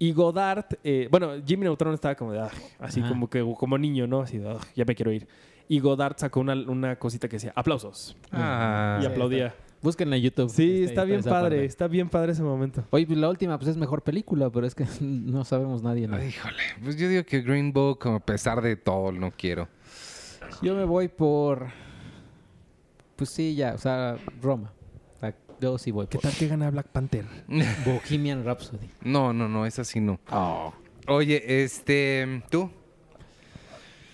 Y Godard, eh, bueno, Jimmy Neutron estaba como de, "Aj", así Ajá. como que como niño, ¿no? Así de, "Aj, ya me quiero ir. Y Godard sacó una, una cosita que decía, aplausos. Ah. y Ya. aplaudía. Búsquenla en YouTube. Este, Sí, Esta- Pues, este, está bien esa padre, parte. está bien padre ese momento. Oye, pues la última pues es mejor película, pero es que no sabemos nadie. ¿no? Ay, Híjole, pues yo digo que Green Book, a pesar de todo, no quiero. Yo me voy por. Pues sí, ya, o sea, Roma. O sea, yo sí voy ¿Qué por tal que gana Black Panther? Bohemian Rhapsody. No, no, no, es así no. Oye, este, ¿tú?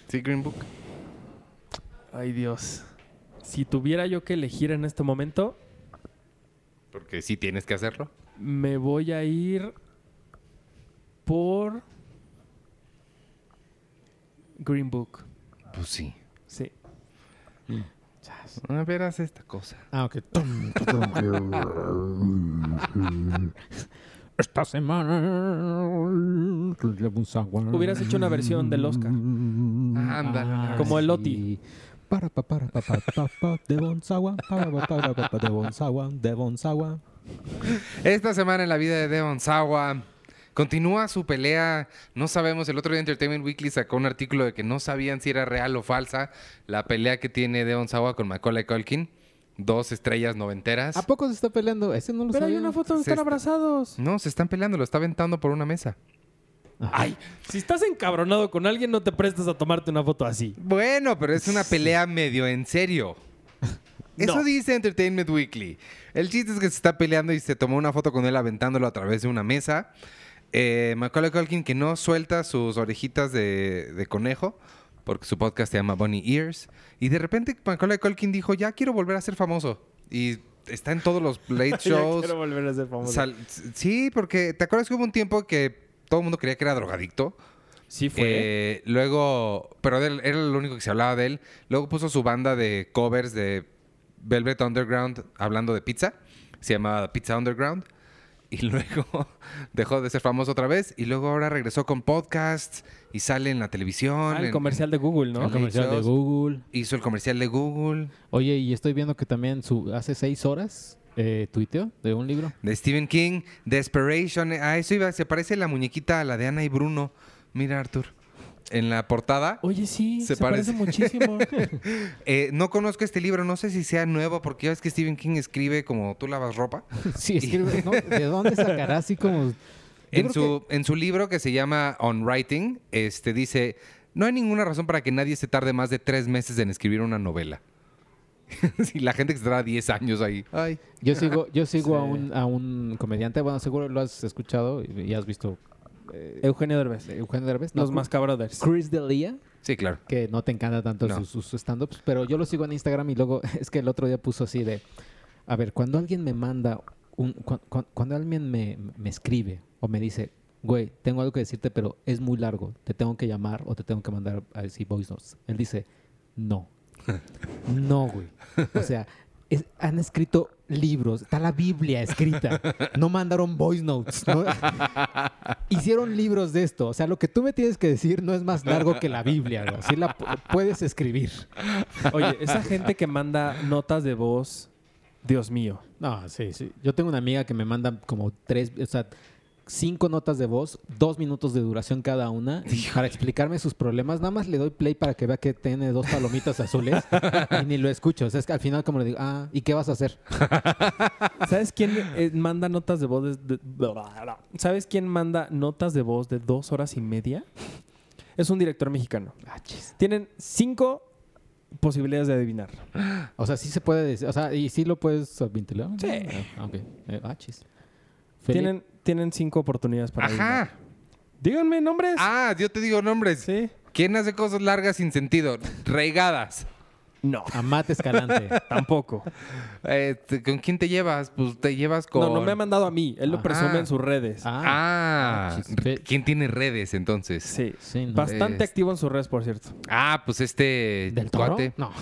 ¿Sí, Green Book? Ay, Dios. Si tuviera yo que elegir en este momento, Porque sí tienes que hacerlo. me voy a ir por Green Book. Pues sí. Sí. A ver, haz esta cosa. Ah, ok. Esta semana. Hubieras hecho una versión del Oscar. Mm, Ándale. Como el Oti. Ah, Para pa para pa pa pa pa de Bonsawa, para pa para pa pa de Bonsawa, de Bonsawa. Esta semana en la vida de Devon Sawa continúa su pelea. No sabemos, el otro día Entertainment Weekly sacó un artículo de que no sabían si era real o falsa la pelea que tiene Devon Sawa con Macaulay Culkin. Dos estrellas noventeras. ¿A poco se está peleando? Ese no lo Pero hay sabía. una foto donde Se están está- abrazados. No, se están peleando, lo está aventando por una mesa. Ay, si estás encabronado con alguien, no te prestas a tomarte una foto así. Bueno, pero es una pelea medio en serio. Eso No. dice Entertainment Weekly. El chiste es que se está peleando y se tomó una foto con él aventándolo a través de una mesa. Eh, Macaulay Culkin que no suelta sus orejitas de, de conejo porque su podcast se llama Bunny Ears. Y de repente Macaulay Culkin dijo, ya quiero volver a ser famoso. Y está en todos los late Yo shows. quiero volver a ser famoso. Sal- sí, porque ¿te acuerdas que hubo un tiempo que todo el mundo creía que era drogadicto? sí fue. Eh, luego, pero de él- era lo único que se hablaba de él. Luego puso su banda de covers de Velvet Underground hablando de pizza. Se llamaba Pizza Underground. Y luego dejó de ser famoso otra vez. Y luego ahora regresó con podcasts y sale en la televisión. Ah, el en- comercial de Google, ¿no? El comercial de Shows. Google. Hizo el comercial de Google, Oye, y estoy viendo que también su, hace seis horas eh, tuiteó de un libro. de Stephen King, Desperation. Eh, A eso iba, se parece la muñequita a la de Ana y Bruno. Mira, Arthur. En la portada. Oye, sí, Se se, parece. muchísimo. Eh, no conozco este libro, no sé si sea nuevo, porque ya ves que Stephen King escribe como tú lavas ropa. Sí, escribe, ¿no? ¿De dónde sacará así como...? Yo En creo su, en su libro que se llama On Writing, este, dice, no hay ninguna razón para que nadie se tarde más de tres meses en escribir una novela. Sí, la gente que se tarda 10 años ahí. Ay. que- yo sigo, yo sigo a, Sí. un, a un comediante, bueno, seguro lo has escuchado y, y has visto Eugenio Derbez. eh, Eugenio Derbez. ¿no? Los Masca Brothers. Chris D'Elia, Sí, claro. que no te encanta tanto No. sus, sus stand-ups, pero yo lo sigo en Instagram y luego es que el otro día puso así de, a ver, cuando alguien me manda, un, cu- cu- cuando alguien me, me escribe o me dice, güey, tengo algo que decirte, pero es muy largo, te tengo que llamar o te tengo que mandar a decir voice notes. Él dice, no, no, güey. O sea, es- han escrito libros, está la Biblia escrita, no mandaron voice notes. ¿no? Hicieron libros de esto. O sea, lo que tú me tienes que decir no es más largo que la Biblia, güey. Sí la pu- puedes escribir. Oye, esa gente que manda notas de voz, Dios mío. No, sí, sí. Yo tengo una amiga que me manda como tres, o sea, cinco notas de voz, dos minutos de duración cada una, para explicarme sus problemas. Nada más le doy play para que vea que tiene dos palomitas azules y ni lo escucho. O sea, es que al final como le digo, ah, ¿y qué vas a hacer? ¿Sabes quién eh, manda notas de voz de- de- ¿Sabes quién manda notas de voz de dos horas y media? Es un director mexicano. Ah, chis. Tienen cinco posibilidades de adivinar. O sea, sí se puede decir, o sea, y sí lo puedes ventilar. Sí. Ah, ok. Eh, ah, chis. Felipe- Tienen, tienen cinco oportunidades para adivinar. Ajá. Díganme nombres. Ah, yo te digo nombres. Sí. ¿Quién hace cosas largas sin sentido? Reigadas. No, Amate Escalante. tampoco. Este, ¿Con quién te llevas? Pues te llevas con... No, no me ha mandado a mí. Él lo Ah. presume en sus redes. Ah, Ah, Ah, chis. ¿quién tiene redes entonces? Sí. sí, ¿no? Bastante Este- activo en sus redes, por cierto. Ah, pues este ¿Del toro? cuate. No.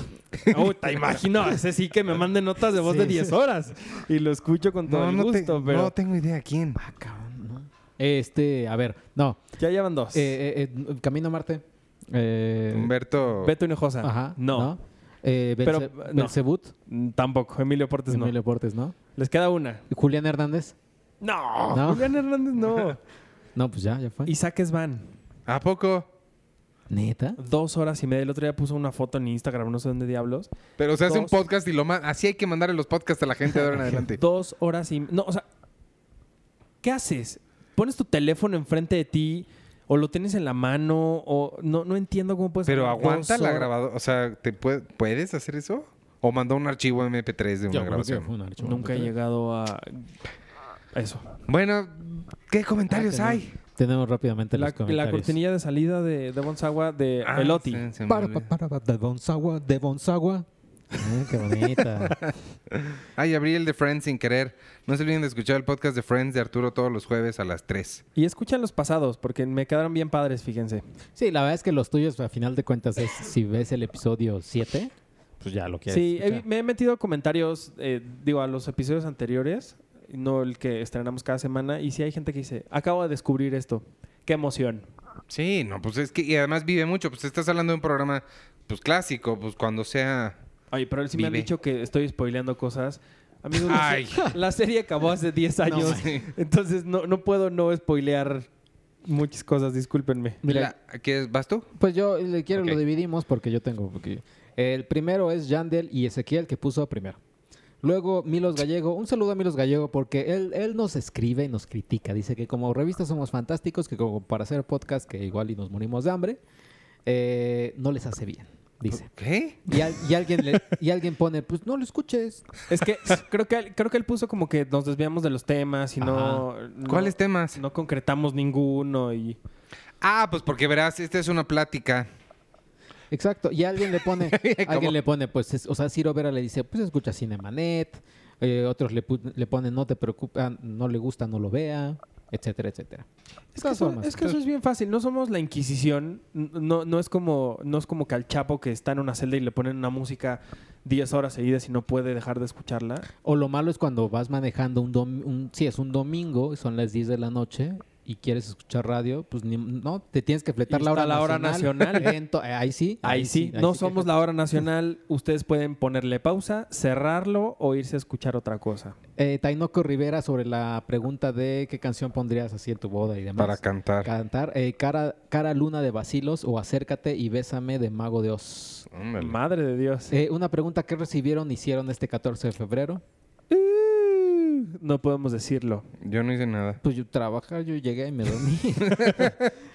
Uy, te imagino. Ese sí que me mande notas de voz Sí, de sí. 10 horas. Y lo escucho con todo No, el no, te- gusto, pero no tengo idea quién. Ah, cabrón, no. Este, a ver, no. ya llevan dos. Eh, eh, eh, Camino a Marte. Eh, Humberto. Oh. Beto Hinojosa. Ajá. No. Eh, Pero, Belce- no. Belcebut, Mm, Tampoco. Emilio Portes no. Emilio Portes, ¿no? Les queda una. Julián Hernández. No. No. Julián Hernández no. No, pues ya, ya fue. Isaac Esban. ¿A poco? Neta. Dos horas y media. El otro día puso una foto en Instagram, no sé dónde diablos. Pero se hace un Dos. podcast y lo manda. Así hay que mandarle los podcasts a la gente de ahora en adelante. Dos horas y... No, o sea... ¿Qué haces? ¿Pones tu teléfono enfrente de ti? ¿O lo tienes en la mano? o No, no entiendo cómo puedes... Pero hablar aguanta dos la horas. grabadora. O sea, ¿te pue- ¿puedes hacer eso? ¿O mandó un archivo MP3 de una Yo creo que fue grabación? un archivo. Nunca he llegado a... a Eso. Bueno, ¿qué comentarios Ah, hay? Tenemos rápidamente La, los la comentarios. cortinilla de salida de, de Bonsagua de Ah, Elotti. se- se me Para, olvidó. para, para, de Bonsagua, de Bonsagua. Ah, qué bonita. Ay, abrí el de Friends sin querer. No se olviden de escuchar el podcast de Friends de Arturo todos los jueves a las 3. Y escuchan los pasados, porque me quedaron bien padres, fíjense. sí, la verdad es que los tuyos, a final de cuentas, es si ves el episodio 7, pues ya lo quieres. Sí, he- escuchar. me he metido comentarios, eh, digo, a los episodios anteriores, no el que estrenamos cada semana, y sí hay gente que dice, acabo de descubrir esto, qué emoción. Sí, no, pues es que. Y además vive mucho. Pues estás hablando de un programa pues clásico. Pues cuando sea. Oye, pero sí me han Vive. dicho que estoy spoileando cosas. Amigos, Ay. la, se- la serie acabó hace 10 años, sí. entonces no, no puedo no spoilear muchas cosas, discúlpenme. Mira, La- ¿qué- ¿Vas tú? Pues yo le quiero, Ok. lo dividimos porque yo tengo. porque- el primero es Yandel y Ezequiel, que puso primero. Luego Milos Gallego, un saludo a Milos Gallego porque él, él nos escribe y nos critica. Dice que como revista somos fantásticos, que como para hacer podcast, que igual y nos morimos de hambre, eh, no les hace bien, dice. ¿Qué? Y, al- y alguien le- y alguien pone, pues no lo escuches. Es que creo que él- creo que él puso como que nos desviamos de los temas y no, no- ¿Cuáles temas? no concretamos ninguno y Ah, pues porque verás, esta es una plática. Exacto. Y alguien le pone, ¿Cómo? alguien le pone, pues, es- o sea, Ciro Vera le dice, pues escucha Cinemanet, eh, otros le, pu- le ponen, no te preocupes, ah, no le gusta, no lo vea, etcétera, etcétera. De Es que, todas eso, formas, es que eso es bien fácil. No somos la Inquisición. N- No, no es como no es como Calchapo que está en una celda y le ponen una música 10 horas seguidas y no puede dejar de escucharla. O lo malo es cuando vas manejando un, dom- un si es un domingo, son las 10 de la noche y quieres escuchar radio, pues ni- no, te tienes que fletar Y la hora, está la hora nacional. Ento- eh, ahí sí. Ahí sí, no que- somos la hora nacional. Ustedes pueden ponerle pausa, cerrarlo o irse a escuchar otra cosa. Eh, Tainoco Rivera sobre la pregunta de qué canción pondrías así en tu boda y demás. Para cantar. Cantar eh, cara, cara Luna de Basilos o Acércate y Bésame de Mago de Oz. Ándale. Madre de Dios. Eh, una pregunta que recibieron, hicieron este 14 de febrero. Uh, No podemos decirlo. Yo no hice nada. Pues yo trabajar, yo llegué y me dormí.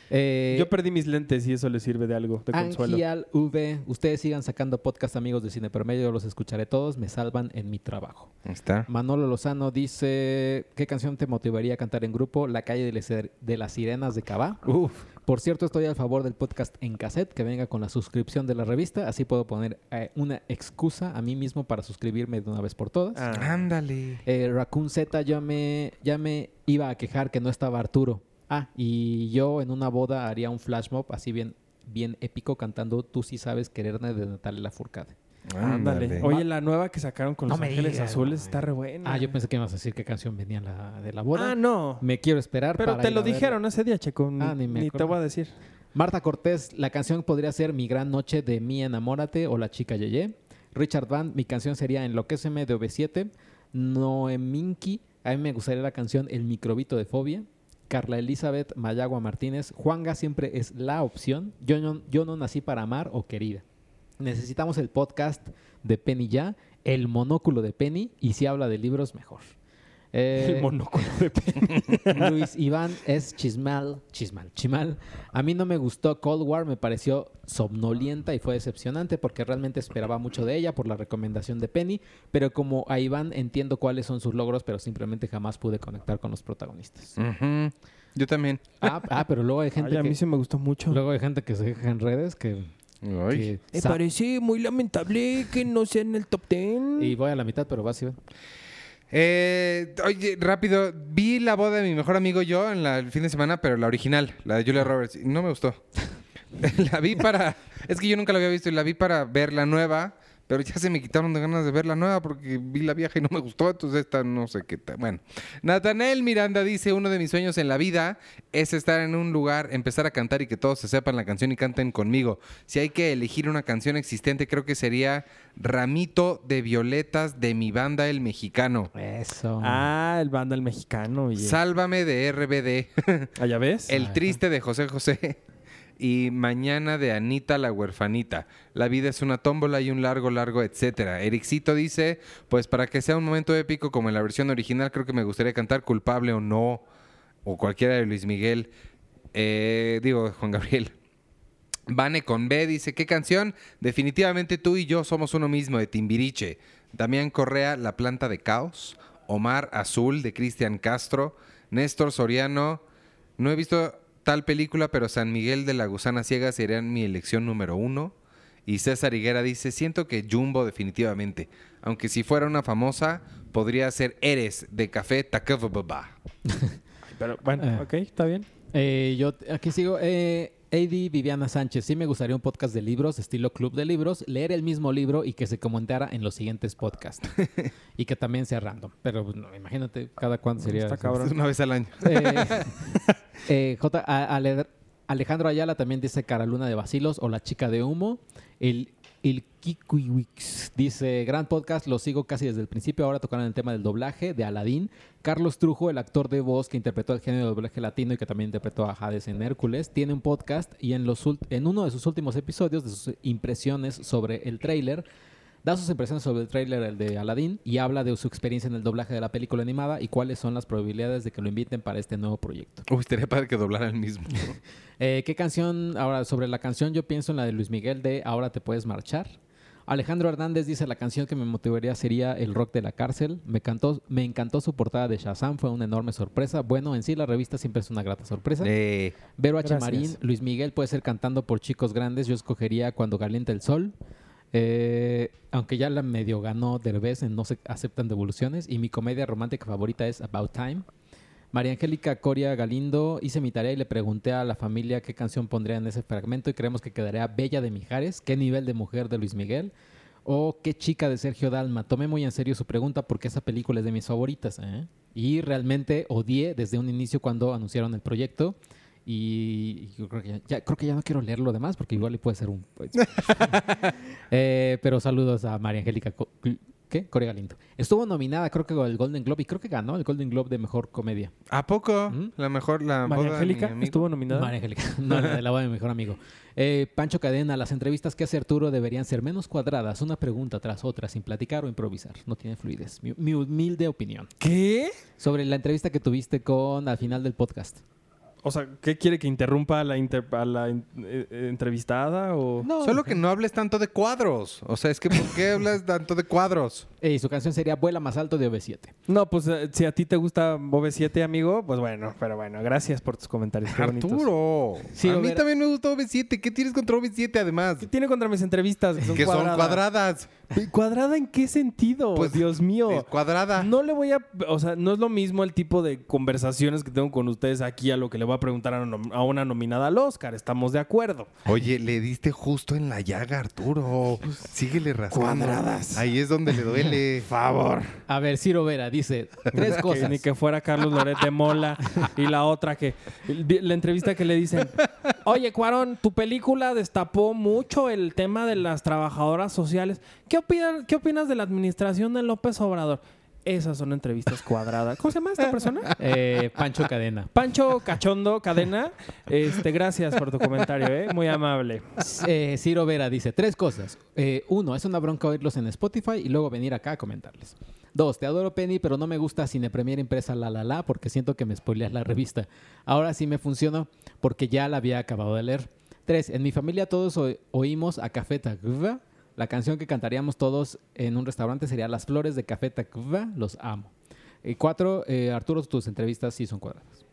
Eh, Yo perdí mis lentes y eso le sirve de algo, de consuelo. Angial V, ustedes sigan sacando podcast amigos de Cine Promedio, yo los escucharé todos, me salvan en mi trabajo. Ahí Está. Manolo Lozano dice, ¿qué canción te motivaría a cantar en grupo? La calle de las Sir- de las sirenas de Cabá. Uf, Por cierto, estoy al favor del podcast en cassette, que venga con la suscripción de la revista, así puedo poner eh, una excusa a mí mismo para suscribirme de una vez por todas. Ah. Ándale. Eh, Raccoon Z ya me, ya me iba a quejar que no estaba Arturo. Ah, y yo en una boda haría un flash mob así bien, bien épico cantando Tú sí sabes quererme de Natalia Lafourcade. ándale. Ándale. Oye, la nueva que sacaron con No Los me Ángeles digas, Azules güey. está re buena. Ah, yo pensé que me ibas a decir qué canción venía la, de la boda. Ah, no. Me quiero esperar. Pero para te ir lo a verla. dijeron ese día, Checo. Ni, Ah, ni me ni te acuerdo. voy a decir. Marta Cortés, la canción podría ser Mi gran noche de Mi enamórate o La chica Yeye. Richard Van, mi canción sería Enloquéceme de OV7. Noeminki, a mí me gustaría la canción El microbito de fobia. Carla Elizabeth Mayagua Martínez, Juanga siempre es la opción. Yo no, yo no nací para amar o querida. Necesitamos el podcast de Penny ya, el monóculo de Penny y si habla de libros mejor. Eh, El monóculo de pelo. Luis Iván es chismal, chismal, chimal. A mí no me gustó Cold War, me pareció somnolienta y fue decepcionante porque realmente esperaba mucho de ella por la recomendación de Penny, pero como a Iván entiendo cuáles son sus logros, pero simplemente jamás pude conectar con los protagonistas. Ujú. Yo también. Ah, ah, pero luego hay gente Ay, a mí que sí me gustó mucho. luego hay gente que se queja en redes que, Ay. que Eh, sa- parece muy lamentable que no sea en el top 10. y voy a la mitad, pero vas y ven. Eh, oye, rápido. Vi la boda de mi mejor amigo y yo en la- el fin de semana, pero la original, la de Julia Roberts. y No me gustó. la vi para. Es que yo nunca la había visto y la vi para ver la nueva. Pero ya se me quitaron de ganas de ver la nueva porque vi la vieja y no me gustó, entonces esta no sé qué tal. Bueno, Nathanael Miranda dice, uno de mis sueños en la vida es estar en un lugar, empezar a cantar y que todos se sepan la canción y canten conmigo. Si hay que elegir una canción existente, creo que sería Ramito de Violetas de mi banda El Mexicano. Eso. Ah, el banda el mexicano. oye. Sálvame de RBD. Ah, ¿ya ves? El triste de José José y Mañana de Anita la huerfanita. La vida es una tómbola y un largo, largo, etcétera. Ericito dice, pues para que sea un momento épico como en la versión original, creo que me gustaría cantar Culpable o No, o cualquiera de Luis Miguel, eh, digo, Juan Gabriel. Vane con B dice, ¿qué canción? Definitivamente tú y yo somos uno mismo, de Timbiriche. Damián Correa, La Planta de Caos. Omar Azul, de Cristian Castro. Néstor Soriano, no he visto tal película, pero San Miguel de la Gusana Ciega sería mi elección número uno. Y César Higuera dice, siento que Jumbo definitivamente. Aunque si fuera una famosa, podría ser Eres, de Café Tacubaba. Pero bueno, Ah. ok, está bien. Eh, yo t- aquí sigo. Eh, AD Viviana Sánchez, sí me gustaría un podcast de libros, estilo club de libros, leer el mismo libro y que se comentara en los siguientes podcasts. y que también sea random. Pero pues, no, imagínate cada cuánto sería. Pues, Está eso. cabrón. Una vez al año. Eh, eh, J- a- Ale- Alejandro Ayala también dice Caraluna de Basilos o La Chica de Humo. El, el Kikuiwix dice, gran podcast, lo sigo casi desde el principio. Ahora tocarán el tema del doblaje de Aladín. Carlos Trujo, el actor de voz que interpretó el género de doblaje latino y que también interpretó a Hades en Hércules, tiene un podcast y en, los, ult- en uno de sus últimos episodios, de sus impresiones sobre el tráiler, Da sus impresiones sobre el tráiler el de Aladdin y habla de su experiencia en el doblaje de la película animada y cuáles son las probabilidades de que lo inviten para este nuevo proyecto. Uy, estaría padre que doblara el mismo. Eh, ¿Qué canción? Ahora, sobre la canción, yo pienso en la de Luis Miguel de Ahora te puedes marchar. Alejandro Hernández dice la canción que me motivaría sería El rock de la cárcel. Me encantó, me encantó su portada de Shazam, fue una enorme sorpresa. Bueno, en sí la revista siempre es una grata sorpresa. Eh, Vero H. Gracias. Marín, Luis Miguel puede ser cantando por chicos grandes. Yo escogería Cuando calienta el sol. Eh, aunque ya la medio ganó Derbez en No se aceptan devoluciones. Y mi comedia romántica favorita es About Time. María Angélica Coria Galindo, hice mi tarea y le pregunté a la familia qué canción pondría en ese fragmento y creemos que quedaría Bella de Mijares, qué nivel de mujer de Luis Miguel o qué chica de Sergio Dalma. Tomé muy en serio su pregunta porque esa película es de mis favoritas. ¿eh? Y realmente odié desde un inicio cuando anunciaron el proyecto. Y yo creo que ya, ya- creo que ya no quiero leer lo demás porque igual le puede ser un... pues, Eh, pero saludos a María Angélica. Co- ¿Qué? Corea Lindo. Estuvo nominada creo que al Golden Globe y creo que ganó el Golden Globe de Mejor Comedia. ¿A poco? ¿Mm? La mejor, la boda María de Angélica mi amigo. estuvo nominada. María Angélica. No, la de la boda de mi mejor amigo. Eh, Pancho Cadena, las entrevistas que hace Arturo deberían ser menos cuadradas, una pregunta tras otra, sin platicar o improvisar. No tiene fluidez. Mi, mi humilde opinión. ¿Qué? Sobre la entrevista que tuviste con al final del podcast. O sea, ¿qué quiere que interrumpa a la, inter- a la in- eh, eh, entrevistada? O... Solo que no hables tanto de cuadros. O sea, es que ¿por qué hablas tanto de cuadros? Eh, y su canción sería Vuela más alto de OV7. No, pues eh, si a ti te gusta Bob 7, amigo, pues bueno, pero bueno, gracias por tus comentarios. qué bonitos. Arturo. Sí, a a mí ver. también me gustó B7. ¿Qué tienes contra B7 además? ¿Qué tiene contra mis entrevistas? Que son que son cuadradas. cuadradas. ¿Cuadrada en qué sentido? Pues, Dios mío. Es cuadrada. No le voy a. O sea, no es lo mismo el tipo de conversaciones que tengo con ustedes aquí a lo que le voy a preguntar a, nom- a una nominada al Oscar. Estamos de acuerdo. Oye, le diste justo en la llaga, Arturo. Síguele rascando. Pues, Cuadradas. Ahí es donde le duele. favor. A ver, Ciro Vera dice tres Que cosas. ni que fuera Carlos Loret de Mola y la otra que. La entrevista que le dicen. Oye, Cuarón, tu película destapó mucho el tema de las trabajadoras sociales. ¿Qué, opinan- qué opinas de la administración de López Obrador? Esas son entrevistas cuadradas. ¿Cómo se llama esta persona? Eh, Pancho Cadena. Pancho Cachondo Cadena, este, gracias por tu comentario, ¿eh? muy amable. Eh, Ciro Vera dice tres cosas. Eh, uno, es una bronca oírlos en Spotify y luego venir acá a comentarles. Dos, te adoro Penny, pero no me gusta Cine Premier Impresa La La La porque siento que me spoileas la revista. Ahora sí me funcionó porque ya la había acabado de leer. Tres, en mi familia todos o- oímos a Café Tacuba. La canción que cantaríamos todos en un restaurante sería Las Flores de Café Tacuba. Los amo. Y cuatro, eh, Arturo, tus entrevistas sí son cuadradas.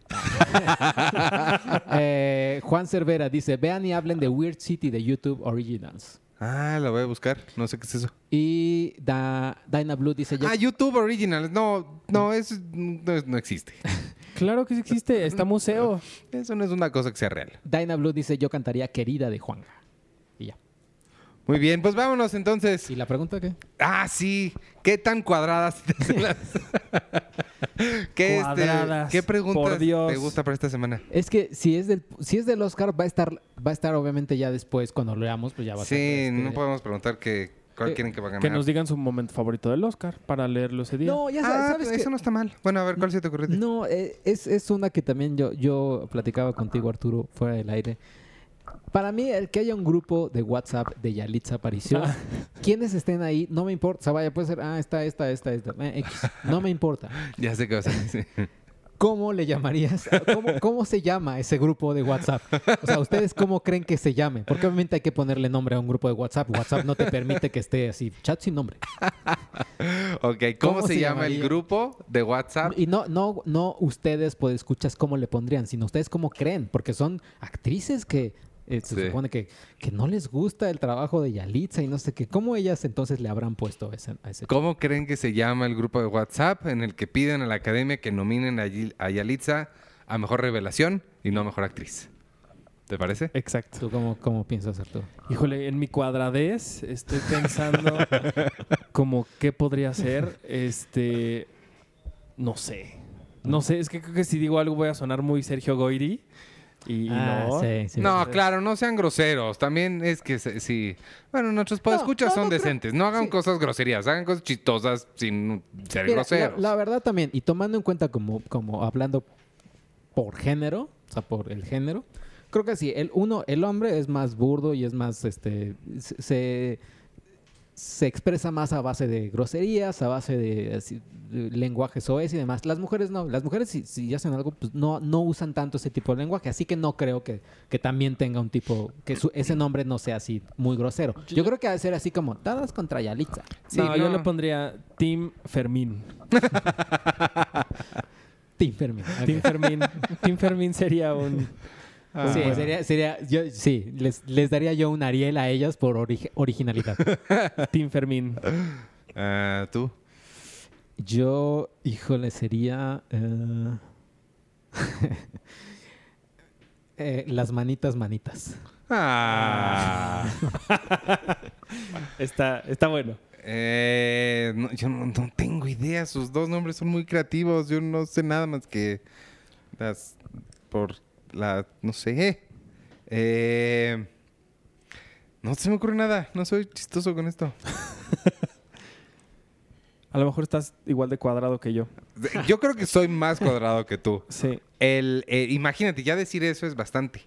Eh, Juan Cervera dice, vean y hablen de Weird City de YouTube Originals. Ah, la voy a buscar. No sé qué es eso. Y Da- Dyna Blue dice, ya- Ah, YouTube Originals. No, no, eso no, no existe. Claro que sí existe, está museo. Eso no es una cosa que sea real. Dyna Blue dice, yo cantaría Querida de Juanga. Y ya. Muy bien, pues vámonos entonces. ¿Y la pregunta qué? Ah, sí. ¿Qué tan cuadradas te hacen las- ¿Qué, este, Cuadradas, ¿Qué preguntas por Dios. te gusta para esta semana? Es que si es del, si es del Oscar, va a estar, va a estar obviamente ya después, cuando lo veamos, pues ya va a Sí, ser. este, no podemos preguntar que, cuál Eh, quieren que va a ganar. Que nos digan su momento favorito del Oscar para leerlo ese día. No, ya sabes, ah, sabes eso que- no está mal. Bueno, a ver, ¿cuál se te ocurrió? a ti? No, eh, es, es una que también yo, yo platicaba contigo, Arturo, fuera del aire. Para mí, el que haya un grupo de WhatsApp de Yalitza Aparición, quienes estén ahí, no me importa. O sea, vaya, puede ser, ah, esta, esta, esta, esta, eh, X. No me importa. Ya sé qué vas a decir. ¿Cómo le llamarías? ¿Cómo, cómo se llama ese grupo de WhatsApp? O sea, ¿ustedes cómo creen que se llame? Porque obviamente hay que ponerle nombre a un grupo de WhatsApp. WhatsApp no te permite que esté así, chat sin nombre. ok, ¿cómo, ¿Cómo se, se llama el llamaría? grupo de WhatsApp? Y no, no, no ustedes pues escuchas cómo le pondrían, sino ustedes cómo creen, porque son actrices que eh, se Sí. supone que, que no les gusta el trabajo de Yalitza y no sé qué. ¿Cómo ellas entonces le habrán puesto ese- a ese ¿Cómo creen que se llama el grupo de WhatsApp en el que piden a la academia que nominen a, Yil- a Yalitza a mejor revelación y no a mejor actriz? ¿Te parece? Exacto. ¿Tú cómo, cómo piensas, Arturo? Híjole, en mi cuadradez estoy pensando como qué podría ser. Este, no sé. No sé, es que creo que si digo algo voy a sonar muy Sergio Goiri. Y, y Ah, no. sí, sí. no, claro, no sean groseros. También es que se- sí. Bueno, nuestros podescuchas son decentes. No hagan cosas groserías, hagan cosas chistosas sin ser Mira, la, groseros. la verdad también, y tomando en cuenta como, como hablando por género, o sea, por el género, creo que sí, el uno, el hombre es más burdo y es más, este, se- se se expresa más a base de groserías, a base de, así, de lenguajes OS y demás. Las mujeres no, las mujeres si, si hacen algo, pues no, no usan tanto ese tipo de lenguaje, así que no creo que, que también tenga un tipo, que su- ese nombre no sea así muy grosero. Yo creo que ha de ser así como, dadas contra Yalitza. Sí, no, yo no. le pondría Team Fermín. Tim Fermín. ok. Team Fermín. Team Fermín sería un... Ah, sí, bueno. sería, sería, yo, sí, les, les daría yo un Ariel a ellas por origi- originalidad. Team Fermín. Ah, ¿Tú? Yo, híjole, sería. eh, eh, las manitas, manitas. Ah. Está, está bueno. Eh, no, yo no, no tengo idea. Sus dos nombres son muy creativos. Yo no sé nada más que las por la no sé. Eh, no se me ocurre nada. No soy chistoso con esto. A lo mejor estás igual de cuadrado que yo. Yo creo que soy más cuadrado que tú. Sí. El, eh, imagínate, ya decir eso es bastante.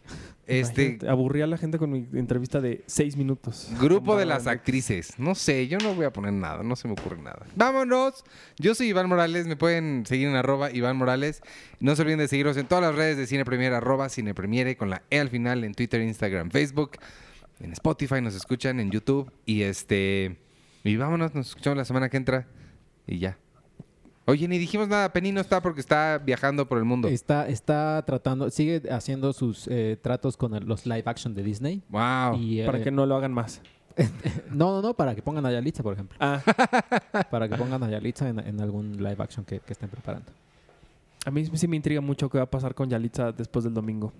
Este Imagínate, aburrí a la gente con mi entrevista de seis minutos. grupo de Comparado las a- actrices. No sé, yo no voy a poner nada, no se me ocurre nada. Vámonos. Yo soy Iván Morales, me pueden seguir en arroba Iván Morales. No se olviden de seguirnos en todas las redes de Cine Premier, arroba Cine Premiere, con la E al final en Twitter, Instagram, Facebook, en Spotify, nos escuchan en YouTube. Y este. Y vámonos, nos escuchamos la semana que entra. Y ya. Oye, ni dijimos nada, Penny no está porque está viajando por el mundo. Está, está tratando, sigue haciendo sus eh, tratos con el- los live action de Disney. Wow. Y, eh, Para que no lo hagan más. No, no, no, para que pongan a Yalitza, por ejemplo. Ah, Para que pongan a Yalitza en, en algún live action que, que estén preparando. a mí sí me intriga mucho qué va a pasar con Yalitza después del domingo.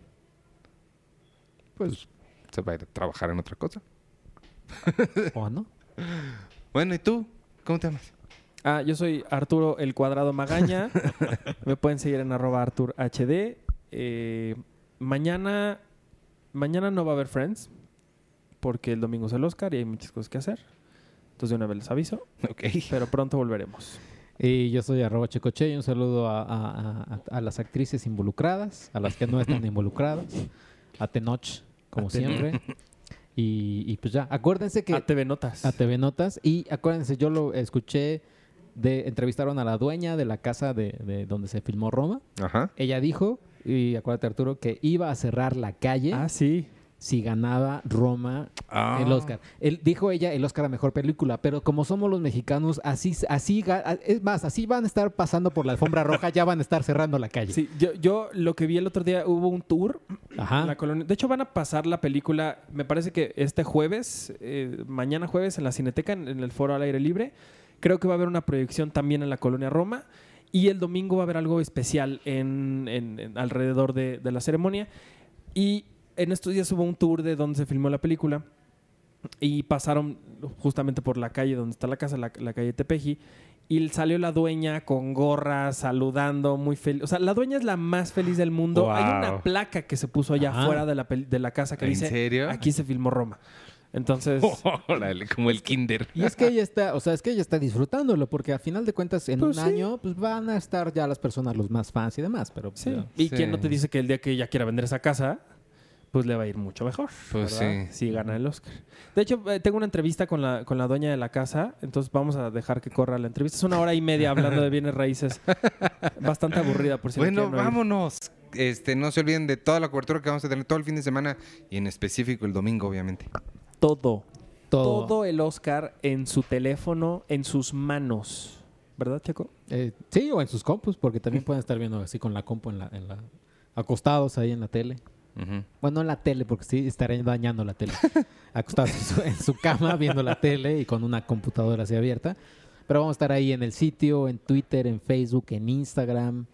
Pues, Se va a ir a trabajar en otra cosa. Pues, ¿o no? Bueno, ¿y tú? ¿Cómo te llamas? Ah, yo soy Arturo el Cuadrado Magaña. Me pueden seguir en arroba Artur HD. Eh, mañana, mañana no va a haber Friends porque el domingo es el Oscar y hay muchas cosas que hacer. Entonces de una vez les aviso, Ok. pero pronto volveremos. Y yo soy arroba checoche y un saludo a, a- a- a las actrices involucradas, a las que no están involucradas, a Tenoch, como A Tenoch. siempre. Y, y pues ya, acuérdense que A TV Notas. a TV Notas, y acuérdense, yo lo escuché, de, entrevistaron a la dueña de la casa de, de donde se filmó Roma. Ajá. Ella dijo, y acuérdate Arturo, que iba a cerrar la calle ah, sí. si ganaba Roma Ah. el Oscar. Él, dijo ella el Oscar a mejor película, pero como somos los mexicanos, así, así, ga- a- es más, así van a estar pasando por la alfombra roja, ya van a estar cerrando la calle. Sí, yo, yo lo que vi el otro día hubo un tour Ajá. La colonia- De hecho, van a pasar la película, me parece que este jueves, eh, mañana jueves, en la Cineteca, en, en el Foro al Aire Libre. Creo que va a haber una proyección también en la Colonia Roma. Y el domingo va a haber algo especial en, en- en- alrededor de, de la ceremonia. Y en estos días hubo un tour de donde se filmó la película. Y pasaron justamente por la calle donde está la casa, la, la calle Tepeji. Y salió la dueña con gorra, saludando, muy feliz. O sea, la dueña es la más feliz del mundo. Hay una Wow. placa que se puso allá Ajá. afuera de la, peli- de la casa que ¿En dice serio? Pues aquí se filmó Roma. Entonces, Órale, como el kinder. Y es que ella está, o sea, es que ella está disfrutándolo, porque a final de cuentas, en Pues un sí. año, pues van a estar ya las personas, los más fans y demás, pero pues, sí. ya. Y Sí. quien no te dice que el día que ella quiera vender esa casa, pues le va a ir mucho mejor. Pues ¿verdad? sí. Si gana el Oscar. De hecho, eh, tengo una entrevista con la, con la dueña de la casa, entonces vamos a dejar que corra la entrevista. Es una hora y media hablando de bienes raíces. Bastante aburrida, por si la bueno, quieren oír. vámonos. Este, no se olviden de toda la cobertura que vamos a tener todo el fin de semana y en específico el domingo, obviamente. Todo. todo. Todo el Oscar en su teléfono, en sus manos. ¿Verdad, Checo? eh, sí, o en sus compus, porque también pueden estar viendo así con la compu en la, en la- acostados ahí en la tele. Ujú. Bueno, en la tele, porque sí estaré dañando la tele. Acostados en su, en su cama viendo la tele y con una computadora así abierta. Pero vamos a estar ahí en el sitio, en Twitter, en Facebook, en Instagram.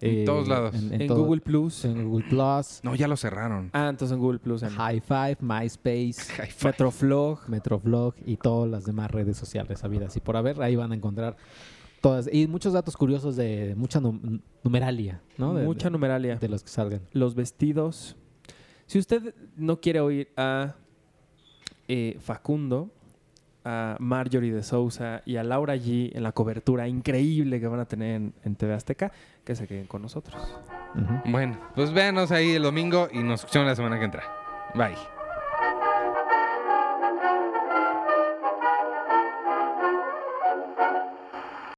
eh, En todos lados. En, todo- Google Plus. En Google Plus, No, ya lo cerraron. Ah, entonces en Google Plus. en- High Five, MySpace, Hi-fi. Metroflog. Metroflog y todas las demás redes sociales habidas. Y por haber, ahí van a encontrar todas. Y muchos datos curiosos de mucha num- numeralia, ¿no? De- Mucha de, numeralia. de los que salgan. Los vestidos. Si usted no quiere oír a eh, Facundo, a Marjorie de Sousa y a Laura G en la cobertura increíble que van a tener en, en TV Azteca, que se queden con nosotros. Ujú. Bueno, pues véanos ahí el domingo y nos escuchamos la semana que entra. Bye.